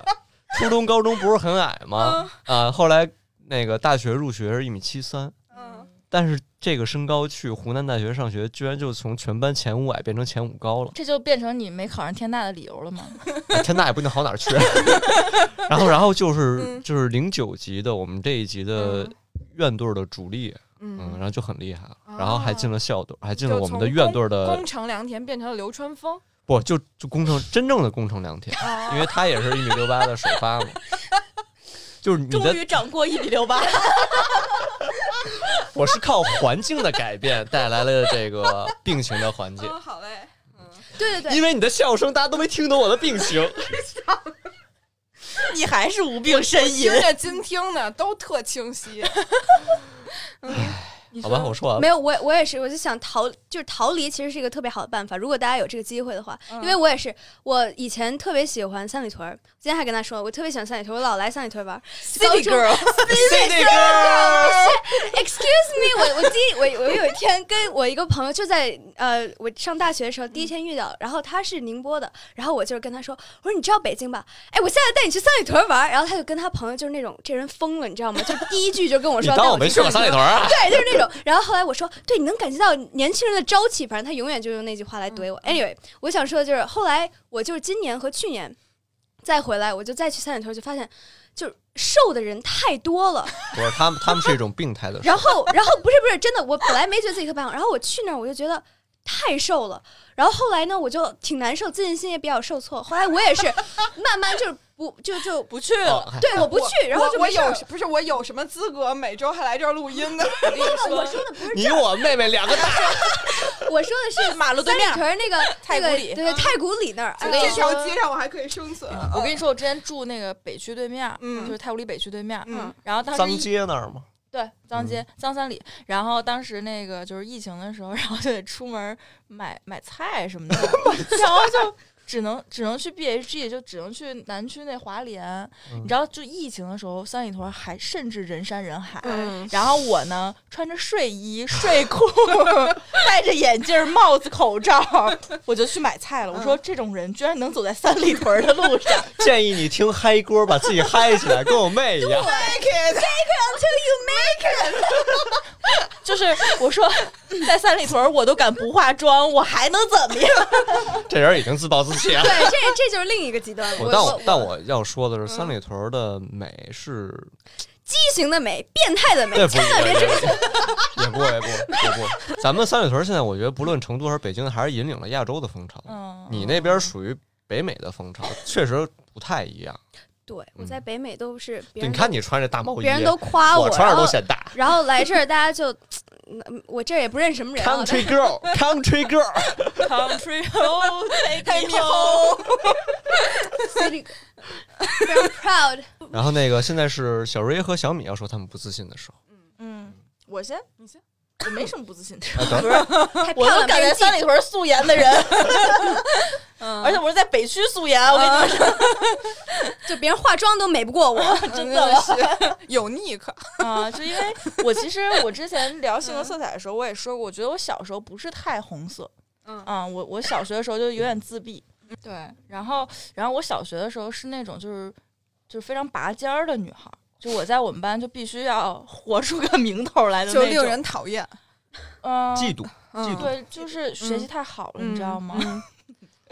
S2: 初中、高中不是很矮吗？啊，后来那个大学入学是一米七三，
S3: 嗯，
S2: 但是这个身高去湖南大学上学，居然就从全班前五矮变成前五高了。
S1: 这就变成你没考上天大的理由了吗？
S2: 哎天呐，也不一定好哪儿去。 然后，然后就是
S3: 嗯
S2: 就是零九级的我们这一级的
S3: 嗯
S2: 院队的主力，嗯，然后就很厉害了，然后还进了校队，还进了
S3: 哦就
S2: 我们
S3: 从
S2: 的院
S3: 攻
S2: 队的
S3: 宫城良田变成了流川枫，
S2: 不就就工程真正的工程良田，
S4: 哦
S2: 因
S3: 啊，
S2: 为他也是一米六八的首发 嘛。就是你
S1: 终
S2: 的，
S1: 于长过一米六八，
S2: 我是靠环境的改变带来了这个病情的缓解，
S3: 嗯，好嘞，
S4: 哦对对对，
S2: 因为你的笑声大家都没听懂我的病 情。
S1: 你还是无病呻
S3: 听
S1: 吟。
S3: 着今听的都特清晰，
S1: 你
S2: 好吧，我说完了
S4: 没。有，我我也是，我就想逃，就是逃离，其实是一个特别好的办法。如果大家有这个机会的话，
S1: 嗯
S4: 因为我也是，我以前特别喜欢三里屯儿，今天还跟他说，我特别喜欢三里屯儿，我老来三里屯儿玩儿。
S1: City girl，
S2: City girl，
S4: Excuse me，我我第一我我有一天跟我一个朋友就在呃我上大学的时候
S1: 嗯
S4: 第一天遇到，然后他是宁波的，然后我就是跟他说，我说你知道北京吧？哎，我现在带你去三里屯玩儿，然后他就跟他朋友就是那种这人疯了，你知道吗？就第一句就跟我
S2: 你
S4: 说，
S2: 当我没去过三里屯啊？
S4: 对，就是那种。然后后来我说，对，你能感觉到年轻人的朝气，反正他永远就用那句话来怼我。Anyway，我想说的就是，后来我就是今年和去年再回来，我就再去三里屯，就发现就是瘦的人太多了。
S2: 不是，他们他们是一种病态的
S4: 然后，然后不是不是真的，我本来没觉得自己特别好，然后我去那儿我就觉得。太瘦了，然后后来呢，我就挺难受，自信心也比较受挫。后来我也是慢慢就是不就就
S1: 不去
S2: 哦
S1: 了。
S2: 哎
S4: 对我不去，然后
S3: 我
S4: 就
S3: 我
S4: 没事儿
S3: 有
S4: 了。
S3: 不是我有什么资格每周还来这儿录音呢？
S4: 我说的不是
S2: 你我妹妹两个 大，
S4: 我说的是
S1: 马路对
S4: 三里
S1: 面
S4: 屯儿那个
S1: 太古
S4: 那个
S1: 里
S4: 对太古里那儿。
S1: 我
S4: 哎
S1: 跟你
S4: 呦
S3: 这
S1: 说
S3: 条街嗯上我还可以生存，
S1: 我跟你说，我之前住那个北区对面，
S3: 嗯
S1: 就是太古里北区对面，
S3: 嗯
S1: 然后当时
S2: 脏
S1: 一
S2: 街嗯那儿 吗？
S1: 对，脏街、脏三里。然后当时那个就是疫情的时候，然 后就得出门买买菜什么 的，然后就只能只能去 BHG，就只能去南区那华联。
S2: 嗯
S1: 你知道，就疫情的时候，三里屯还甚至人山人海。
S3: 嗯
S1: 然后我呢，穿着睡衣、睡裤， 戴着眼镜、帽子、口罩，我就去买菜了。我
S3: 嗯
S1: 说，这种人居然能走在三里屯的路上，
S2: 建议你听嗨歌，把自己嗨起来，跟我妹一样。
S1: 就是我说，在三里屯我都敢不化妆，我还能怎么样？
S2: 这人已经自暴自弃了。
S4: 对，这这就是另一个极端了。
S2: 我但我但我要说的是，三里屯儿的美是，
S4: 畸形的美，变态的美，
S2: 对不
S4: 千万别追。
S2: 也不也不也不，咱们三里屯儿现在我觉得不论成都还是北京，还是引领了亚洲的风潮。
S1: 嗯，
S2: 你那边属于北美的风潮，确实不太一样。
S4: 对，我在北美都是
S2: 对
S4: 别人
S2: 你
S4: 都
S2: 看你穿这大毛衣，
S4: 别人都夸
S2: 我穿
S4: 然
S2: 着都
S4: 后
S2: 显 大。
S4: 然后来这儿大家就，嗯我这儿也不认识什么人啊。
S2: Country girl，Country girl，
S1: Country Road Take Me
S3: me
S1: Home。
S4: Very proud。
S2: 然后那个现在是小瑞和小米要说他们不自信的时候，
S1: 嗯，我先，
S3: 你先，
S1: 我没什么不自信的，
S2: 哎等会儿
S4: 太
S1: 我
S4: 漂
S1: 都
S4: 亮，
S1: 敢在
S4: 被人记
S1: 三里屯素颜的人，
S3: 嗯
S1: 而且我是在北区素颜，
S3: 啊
S1: 我跟你说，
S4: 就别人化妆都美不过我。
S1: 真的
S3: 是 有 Nick，
S1: 啊，就因为我其实我之前聊性格色彩的时候，我也说过，我觉得我小时候不是太红色，
S3: 嗯
S1: 啊，我我小学的时候就有点自闭，嗯
S3: 对，
S1: 然后然后我小学的时候是那种就是就是非常拔尖儿的女孩儿。就我在我们班就必须要活出个名头来的那
S3: 就
S1: 种，
S3: 令人讨厌，
S1: 嗯、
S2: 嫉妒，
S3: 嗯
S2: 妒
S1: 对，就是学习太好了，你知道吗？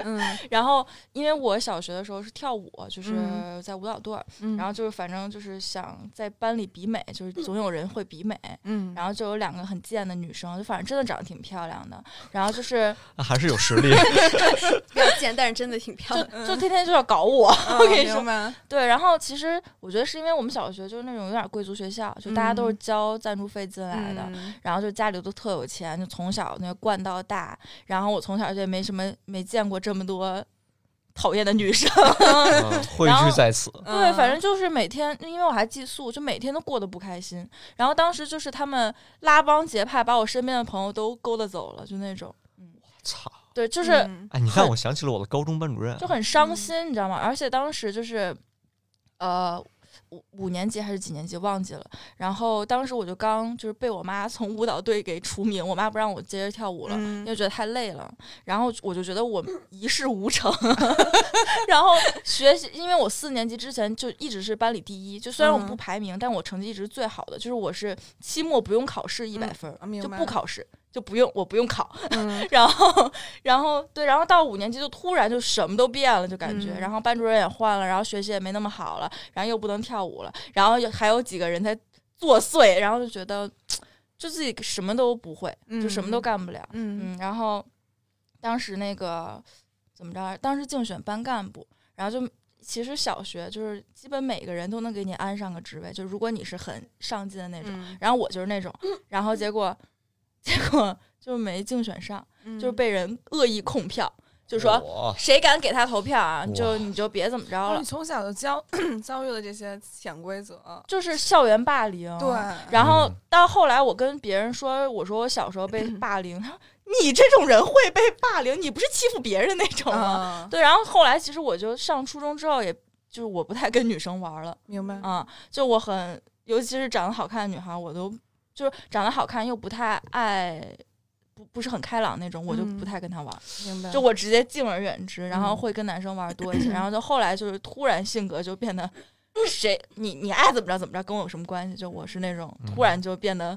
S3: 嗯
S1: 然后因为我小学的时候是跳舞，就是
S3: 嗯
S1: 在舞蹈队儿，
S3: 嗯，
S1: 然后就是反正就是想在班里比美，就是总有人会比美。
S3: 嗯，
S1: 然后就有两个很贱的女生，就反正真的长得挺漂亮的，然后就是
S2: 啊还是有实力。
S4: 比较贱，但是真的挺漂
S1: 就
S4: 亮。
S3: 嗯
S1: 就天天就要搞我，
S3: 后
S1: 我跟你说
S3: 明白，
S1: 对。然后其实我觉得是因为我们小学就是那种有点贵族学校，就大家都是
S3: 嗯
S1: 交赞助费进来的，
S3: 嗯
S1: 然后就家里都特有钱，就从小那惯到大。然后我从小就也没什么没见过这么多讨厌的女生，
S2: 嗯汇
S1: 然后
S2: 聚在此，
S3: 嗯
S1: 对，反正就是每天，因为我还寄宿，就每天都过得不开心。然后当时就是他们拉帮结派，把我身边的朋友都勾搭走了，就那种。
S2: 操！
S1: 对，
S3: 就
S1: 就是、
S2: 哎，你让
S1: 很
S2: 我想起了我的高中班主任，
S1: 就很伤
S3: 嗯
S1: 心，你知道吗？而且当时就是，呃。五五年级还是几年级忘记了，然后当时我就刚就是被我妈从舞蹈队给除名，我妈不让我接着跳舞了，
S3: 嗯
S1: 因为觉得太累了，然后我就觉得我一事无成， 然后学习，因为我四年级之前就一直是班里第一，就虽然我不
S3: 嗯
S1: 排名，但我成绩一直是最好的，就是我是期末不用考试一百
S3: 嗯
S1: 分儿，
S3: 啊明
S1: 就
S3: 白
S1: 不考试，就不用我不用考，
S3: 嗯
S1: 然后，然后对，然后到五年级就突然就什么都变了，就感觉，
S3: 嗯
S1: 然后班主任也换了，然后学习也没那么好了，然后又不能跳舞了，然后有还有几个人在作祟，然后就觉得就自己什么都不会，就什么都
S3: 嗯
S1: 干不了，
S3: 嗯
S1: 嗯，然后当时那个怎么着来着，当时竞选班干部，然后就其实小学就是基本每个人都能给你安上个职位，就如果你是很上进的那种，
S3: 嗯
S1: 然后我就是那种，然后结果结果就没竞选上。
S3: 嗯
S1: 就是被人恶意控票，就说
S2: 我
S1: 谁敢给他投票啊，
S2: 哦哇
S1: 就你就别怎么着
S3: 哦
S1: 了
S3: 你，从小就 遭遭遇了这些潜规则，
S1: 就是校园霸凌。
S3: 对，
S1: 哦然后
S2: 嗯
S1: 到后来，我跟别人说，我说我小时候被
S3: 嗯
S1: 霸凌， 他说你这种人会被霸凌，你不是欺负别人的那种吗？
S3: 啊，
S1: 对，然后后来其实我就上初中之后也，就是我不太跟女生玩了，
S3: 明白，
S1: 啊，就我很，尤其是长得好看的女孩，我都就是长得好看又不太爱，不不是很开朗那种，我就
S3: 嗯
S1: 不太跟她玩。
S3: 明白，
S1: 就我直接敬而远之，然后
S3: 嗯
S1: 会跟男生玩多一 些，然后就后来就是突然性格就变 得谁你你爱怎么着怎么着，跟我有什么关系？就我是那种
S2: 嗯
S1: 突然就变得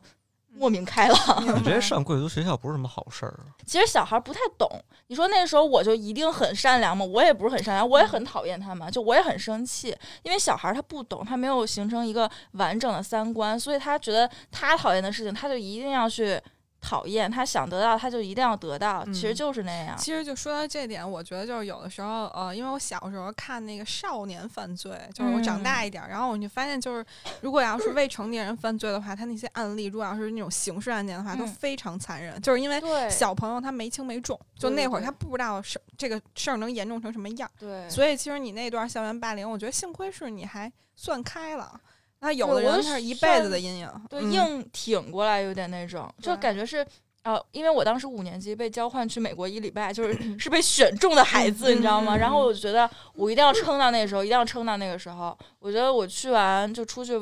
S1: 莫名开朗。
S2: 我
S3: 明
S2: 觉
S3: 白
S2: 得上贵族学校不是什么好事儿。啊
S1: 其实小孩不太懂，你说那时候我就一定很善良吗？我也不是很善良，我也
S3: 嗯
S1: 很讨厌他们，就我也很生气，因为小孩他不懂，他没有形成一个完整的三观，所以他觉得他讨厌的事情，他就一定要去。讨厌他想得到，他就一定要得到，其实
S3: 嗯
S1: 就是那样。
S3: 其实就说到这点，我觉得就是有的时候，呃，因为我小时候看那个少年犯罪，就是我长
S1: 嗯
S3: 大一点，然后我就发现，就是如果要是未成年人犯罪的话，他那些案例，如果要是那种刑事案件的话，都
S1: 嗯
S3: 非常残忍，就是因为
S1: 对
S3: 小朋友他没轻没重，就
S1: 对
S3: 那会儿
S1: 对
S3: 他不知道是这个事儿能严重成什么样，
S1: 对，
S3: 所以其实你那段校园霸凌，我觉得幸亏是你还算开了。那有
S1: 对
S3: 的
S1: 我
S3: 人
S1: 就
S3: 他是一
S1: 算
S3: 辈子的阴影，
S1: 对，
S3: 嗯
S1: 硬挺过来有点那种，就
S3: 对
S1: 感觉是。呃，因为我当时五年级被交换去美国一礼拜，就是 是被选中的孩子，你知道吗？
S3: 嗯嗯嗯
S1: 然后我就觉得我一定要撑到那时候，一定要撑到那个时候。我觉得我去完就出去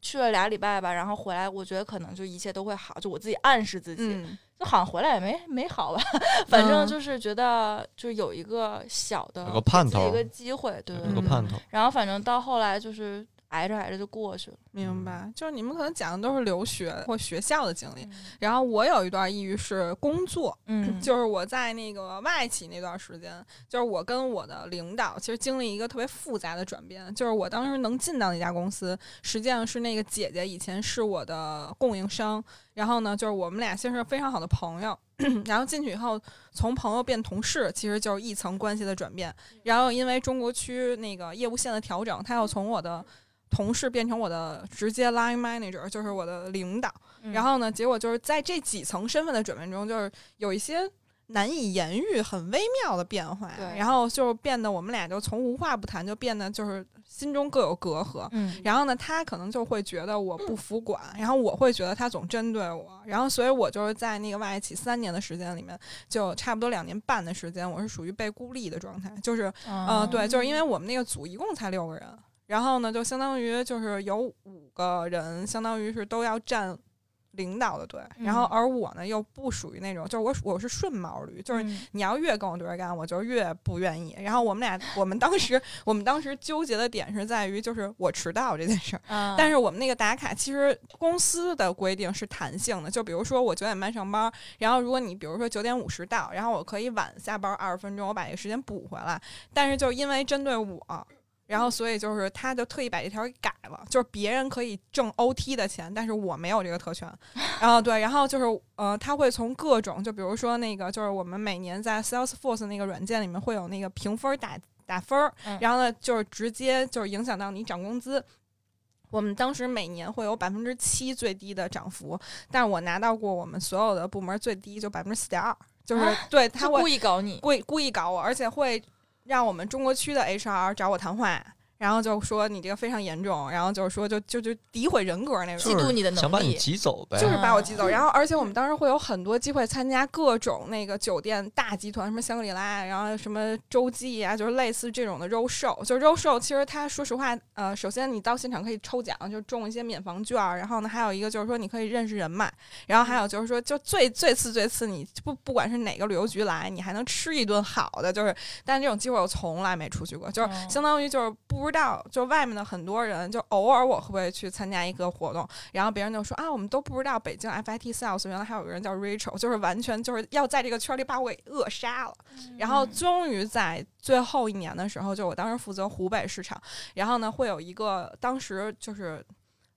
S1: 去了俩礼拜吧，然后回来，我觉得可能就一切都会好，就我自己暗示自己，
S3: 嗯，
S1: 就好像回来也没没好吧，反正
S3: 嗯
S1: 就是觉得就有一个小的
S2: 有个盼
S1: 给自己
S2: 头
S1: 一个机会，对对
S2: 有个
S1: 对。
S2: 盼头，
S1: 然后反正到后来就是挨着挨着就过去了。
S3: 明白。就是你们可能讲的都是留学或学校的经历，然后我有一段抑郁是工作，
S1: 嗯，
S3: 就是我在那个外企那段时间，就是我跟我的领导其实经历一个特别复杂的转变，就是我当时能进到那家公司，实际上是那个姐姐以前是我的供应商，然后呢，就是我们俩先是非常好的朋友。 然后进去以后，从朋友变同事，其实就是一层关系的转变。然后因为中国区那个业务线的调整，他要从我的同事变成我的直接 line manager，就是我的领导。
S1: 嗯
S3: 然后呢，结果就是在这几层身份的转变中，就是有一些难以言喻、很微妙的变化
S1: 对，
S3: 然后就变得我们俩就从无话不谈，就变得就是心中各有隔阂。
S1: 嗯，
S3: 然后呢，他可能就会觉得我不服管，然后我会觉得他总针对我，然后所以我就是在那个外企三年的时间里面，就差不多两年半的时间，我是属于被孤立的状态，就是嗯、
S1: 嗯，
S3: 对，就是因为我们那个组一共才六个人，然后呢，就相当于就是有五个人，相当于是都要占领导的队，然后
S1: 嗯
S3: 而我呢又不属于那种，就是我属我是顺毛驴，就是
S1: 嗯
S3: 你要越跟我对着干，我就越不愿意。然后我们俩，我们当时，我们当时纠结的点是在于，就是我迟到这件事儿。
S1: 啊
S3: 但是我们那个打卡，其实公司的规定是弹性的，就比如说我九点半上班，然后如果你比如说九点五十到，然后我可以晚下班二十分钟，我把这个时间补回来。但是就因为针对我。然后，所以就是，他就特意把这条给改了，就是别人可以挣 OT 的钱，但是我没有这个特权。然后对，然后就是，呃，他会从各种，就比如说那个，就是我们每年在 Salesforce 那个软件里面会有那个评分打打分儿
S1: 嗯，
S3: 然后呢，就是直接就是影响到你涨工资。我们当时每年会有百分之七最低的涨幅，但是我拿到过我们所有的部门最低就百分之四点二，就是、
S1: 啊
S3: 对
S1: 他
S3: 他会
S1: 故意搞你，
S3: 故意故意搞我，而且会让我们中国区的 HR 找我谈话，然后就说你这个非常严重，然后就是说就就就诋毁人格那
S1: 嫉
S3: 种。
S2: 就
S1: 妒
S2: 是
S1: 你的能
S2: 想把你
S1: 力
S2: 挤走呗。
S3: 就是把我挤走，然后而且我们当时会有很多机会参加各种那个酒店大集团，什么香格里拉，然后什么洲际啊，就是类似这种的 road show。就是 road show，其实它说实话，呃，首先你到现场可以抽奖，就中一些免房券儿，然后呢，还有一个就是说你可以认识人嘛，然后还有就是说，就最最次最次，你不不管是哪个旅游局来，你还能吃一顿好的，就是，但这种机会我从来没出去过，就是
S1: 哦
S3: 相当于就是不知道，就外面的很多人，就偶尔我会去参加一个活动，然后别人就说啊，我们都不知道北京 FIT Sales 原来还有个人叫 Rachel，就是完全就是要在这个圈里把我给扼杀了。然后终于在最后一年的时候，就我当时负责湖北市场，然后呢会有一个当时就是。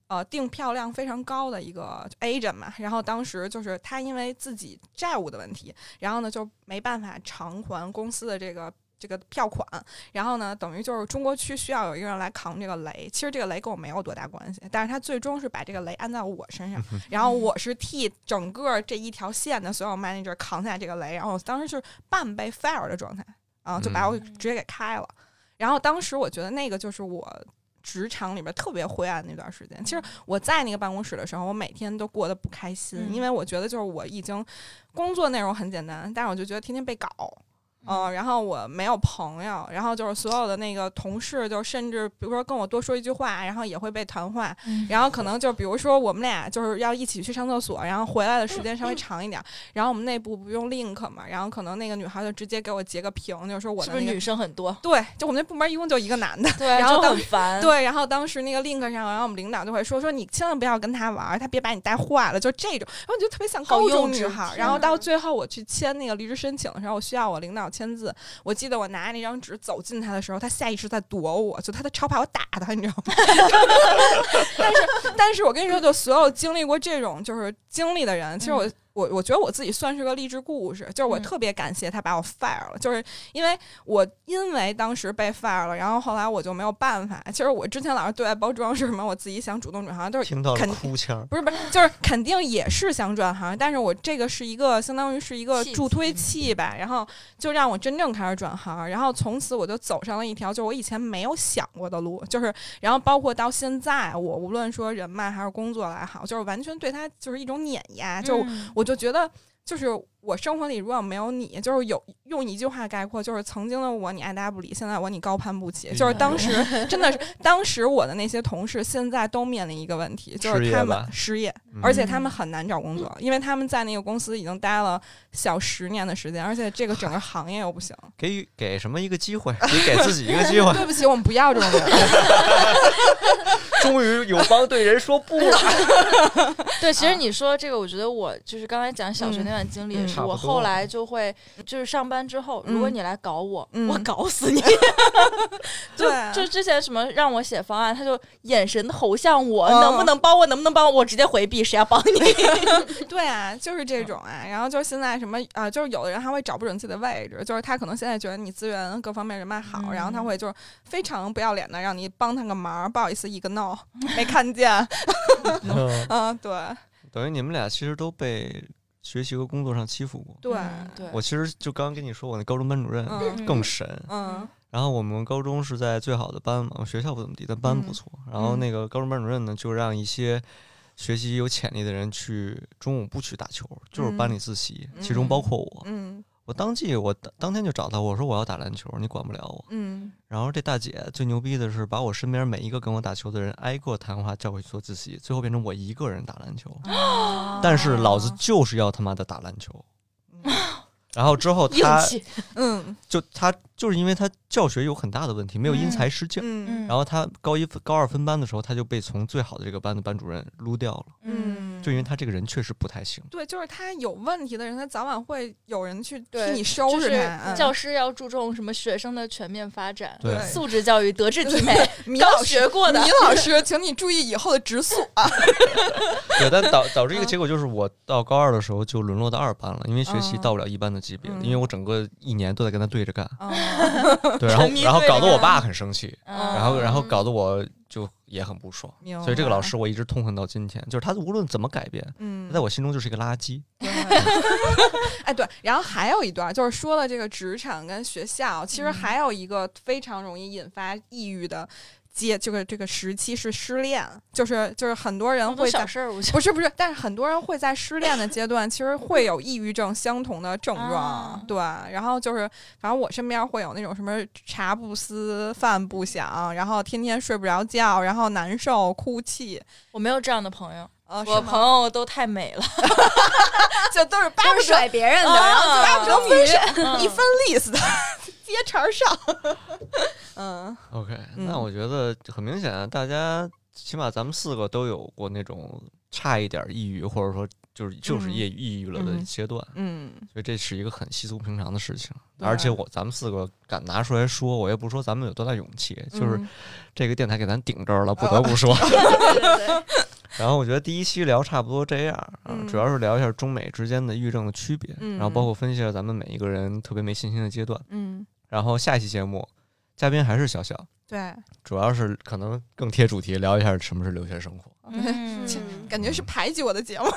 S3: 呃，订票量非常高的一个 agent 嘛，然后当时就是他因为自己债务的问题，然后呢就没办法偿还公司的这个这个票款，然后呢等于就是中国区需要有一个人来扛这个雷，其实这个雷跟我没有多大关系，但是他最终是把这个雷安在我身上，然后我是替整个这一条线的所有 manager 扛下这个雷，然后我当时就是半被 fire 的状态啊，就把我
S1: 嗯
S3: 直接给开了。然后当时我觉得那个就是我职场里边特别灰暗的那段时间。其实我在那个办公室的时候，我每天都过得不开心，
S1: 嗯
S3: 因为我觉得就是我已经工作内容很简单，但是我就觉得天天被搞。嗯、然后我没有朋友，然后就是所有的那个同事，就甚至比如说跟我多说一句话，然后也会被谈话，
S1: 嗯
S3: 然后可能就比如说我们俩就是要一起去上厕所，然后回来的时间
S1: 嗯
S3: 稍微长一点，然后我们内部不用 link 嘛，然后可能那个女孩就直接给我截个屏，就是说我
S1: 是
S3: 的
S1: 不是
S3: 那个
S1: 女生很多？
S3: 对，就我们那部门一共就一个男的，
S1: 对，
S3: 然后
S1: 就
S3: 当
S1: 很烦。
S3: 对，然后当时那个 link 上，然后我们领导就会说说你千万不要跟他玩儿，他别把你带坏了，就这种。然后我就特别像
S1: 好
S3: 高
S1: 幼
S3: 中女
S1: 稚
S3: 孩儿。
S1: 天
S3: 然后
S1: 哪
S3: 到最后我去签那个离职申请的时候，我需要我领导签字。我记得我拿那张纸走近他的时候，他下意识在躲我，就他的超怕我打他，你知道吗？ 但是，但是我跟你说，就所有经历过这种就是经历的人，其实我。我我觉得我自己算是个励志故事，就是我
S1: 嗯
S3: 特别感谢他把我 fire 了，就是因为我因为当时被 fire 了，然后后来我就没有办法。其实我之前老是对外包装是什么，我自己想主动转行，就是
S2: 听到了
S3: 肯
S2: 哭 腔，
S3: 不是不是，就是肯定也是想转行，但是我这个是一个相当于是一个
S1: 契机
S3: 助推器吧，然后就让我真正开始转行，然后从此我就走上了一条就我以前没有想过的路，就是然后包括到现在，我无论说人脉还是工作来好，就是完全对他就是一种碾压，就
S1: 嗯
S3: 我就觉得，就是我生活里如果没有你，就是有用一句话概括，就是曾经的我你爱答不理，现在我你高攀不起。就是当时 真的是，当时我的那些同事现在都面临一个问题，就
S2: 失
S3: 是
S2: 业
S3: 他们
S2: 吧
S3: 失业，
S2: 嗯
S3: 而且他们很难找工
S1: 嗯
S3: 作，因为他们在那个公司已经待了小十年的时间，而且这个整个行业又不行。
S2: 给予给什么一个机会？ 你给自己一个机
S1: 啊
S2: 会。
S3: 对不起，我们不要这种人。
S2: 终于友邦对人说不了。
S1: 对，其实你说这个，我觉得我就是刚才讲小学那段经历，也
S3: 啊嗯
S1: 是
S2: 差不
S1: 我
S2: 多
S1: 后来就会，就是上班之后，如果
S3: 嗯
S1: 你来搞我，
S3: 嗯
S1: 我搞死你。 就
S3: 对啊
S1: 就之前什么让我写方案，他就眼神投向我，
S3: 嗯
S1: 能不能帮我，能不能帮我，我直接回避，谁要帮你？
S3: 对啊，就是
S1: 嗯
S3: 这种啊。然后就是现在什么啊、就是有的人还会找不准自己的位置，就是他可能现在觉得你资源各方面人脉好，然后他
S1: 嗯
S3: 会就是非常不要脸的让你帮他个忙，不好意思，一个 no 没看见。
S2: 嗯，
S3: 嗯，对
S2: 等于你们俩其实都被学习和工作上欺负过。
S3: 对，
S1: 嗯 对，
S2: 我其实就刚刚跟你说，我那高中班主任
S3: 嗯
S2: 更神。
S3: 嗯
S2: 然后我们高中是在最好的班嘛，我学校不怎么地，但班不
S3: 嗯
S2: 错。然后
S3: 嗯
S2: 那个高中班主任呢，就让一些学习有潜力的人去中午不去打球，就是班
S3: 嗯
S2: 里自习，其中包括我。
S3: 嗯
S2: 我我当即我当当天就找他，我说我要打篮球，你管不了我。
S3: 嗯
S2: 然后这大姐最牛逼的是，把我身边每一个跟我打球的人挨个谈话叫回去做自习，最后变成我一个人打篮
S3: 啊
S2: 球。
S3: 嗯
S1: 哦
S2: 但是老子就是要他妈的打篮球。然后 之后
S5: 硬
S2: 他
S5: 气，
S3: 嗯
S2: 就他就是因为他教学有很大的问题，没有因
S1: 嗯
S2: 材施教。
S3: 嗯
S1: 嗯，
S2: 然后他高一分高二分班的时候，他就被从最好的这个班的班主任撸掉了，
S1: 嗯，
S2: 就因为他这个人确实不太行。
S3: 对，就是他有问题的人，他早晚会有人去替
S1: 对
S3: 你收
S1: 就
S3: 拾
S1: 是
S3: 他。
S1: 教
S3: 嗯
S1: 师要注重什么学生的全面发展，
S2: 对
S3: 对
S1: 素质教育、德智 体美。
S3: 米
S1: 刚
S3: 老师，
S1: 学过的
S3: 米，老师，请你注意以后的植宿 啊。
S2: 对，但 导导致一个结果就是，我到高二的时候就沦落到二班了，因为学习
S3: 嗯
S2: 到不了一班的级别，
S3: 嗯
S2: 因为我整个一年都在跟他对着 干，
S1: 哦
S3: 嗯
S2: 对，然后
S1: 沉迷
S2: 然后
S1: 对
S2: 搞得我
S1: 干
S2: 爸很生气，
S1: 嗯
S2: 然后然后
S3: 嗯
S2: 搞得我就也很不爽，
S3: 明
S2: 所以这个
S3: 白
S2: 老师我一直痛恨到今天，就是他无论怎么改变，
S3: 嗯，
S2: 在我心中就是一个垃圾。
S3: 对哎，对，然后还有一段就是说了这个职场跟学校，其实
S1: 嗯
S3: 还有一个非常容易引发抑郁的阶，这个这个时期是失恋，就是就是很多人
S1: 然后
S3: 会
S1: 小
S3: 在。
S1: 事儿，我觉得
S3: 不是不是，但是很多人会在失恋的阶段，其实会有抑郁症相同的症状，
S1: 啊
S3: 对。然后就是，反正我身边会有那种什么茶不思饭不想，然后天天睡不着觉，然后难受哭泣，
S1: 我没有这样的朋友，
S3: 呃，
S1: 我
S3: 什么
S1: 朋友都太美了，
S3: 就都是巴
S4: 就
S3: 不得
S4: 是甩别人的，
S1: 啊
S4: 然后
S3: 巴不得分手，
S1: 嗯
S3: 一分 list 接茬儿上。嗯
S2: OK，
S3: 嗯
S2: 那我觉得很明显啊，大家起码咱们四个都有过那种差一点抑郁，或者说就是就是
S3: 嗯
S2: 抑抑郁了的
S3: 嗯
S2: 阶段，
S3: 嗯，
S2: 所以这是一个很稀松平常的事情。
S3: 对
S2: 而且我咱们四个敢拿出来说，我也不说咱们有多大勇气，
S3: 嗯
S2: 就是这个电台给咱顶这儿了，不
S3: 啊
S2: 得不 说。
S4: 对对对，
S2: 然后我觉得第一期聊差不多这样啊，
S3: 嗯
S2: 主要是聊一下中美之间的抑郁症的区别，
S3: 嗯
S2: 然后包括分析了咱们每一个人特别没信心的阶段。
S3: 嗯，
S2: 然后下一期节目嘉宾还是小小，
S3: 对，
S2: 主要是可能更贴主题，聊一下什么是留学生活。
S1: 嗯
S4: 嗯
S3: 感觉是排挤我的节目。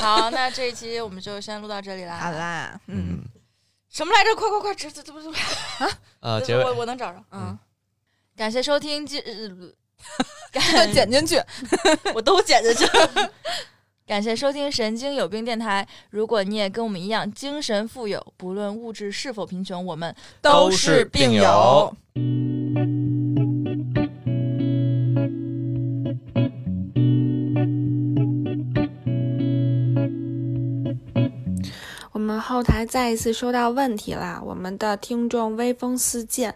S1: 好，那这一期我们就先录到这里啦。
S3: 好，啦，嗯
S2: 嗯，
S1: 什么来着？快快快，这这这这
S2: 啊，结
S1: 这，
S2: 尾
S1: 我我能找着。
S3: 嗯，
S1: 感谢收听，记， 呃
S3: 这段剪进去。
S1: 我都剪进去了。 感谢收听《神经有病电台》。如果你也跟我们一样精神富有，不论物质是否贫穷，我们
S2: 都是病友。
S6: 我们后台再一次收到问题啦，我们的听众微风四溅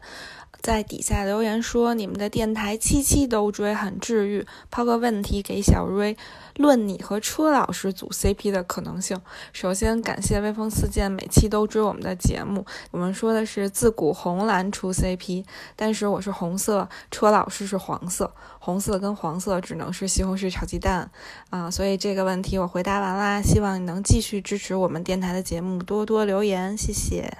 S6: 在底下留言说：“你们的电台期期都追，很治愈。”抛个问题给小瑞，论你和车老师组 CP 的可能性。首先感谢微风四溅每期都追我们的节目，我们说的是自古红蓝出 CP，但是我是红色，车老师是黄色，红色跟黄色只能是西红柿炒鸡蛋。啊，所以这个问题我回答完啦，希望你能继续支持我们电台的节目，多多留言，谢谢。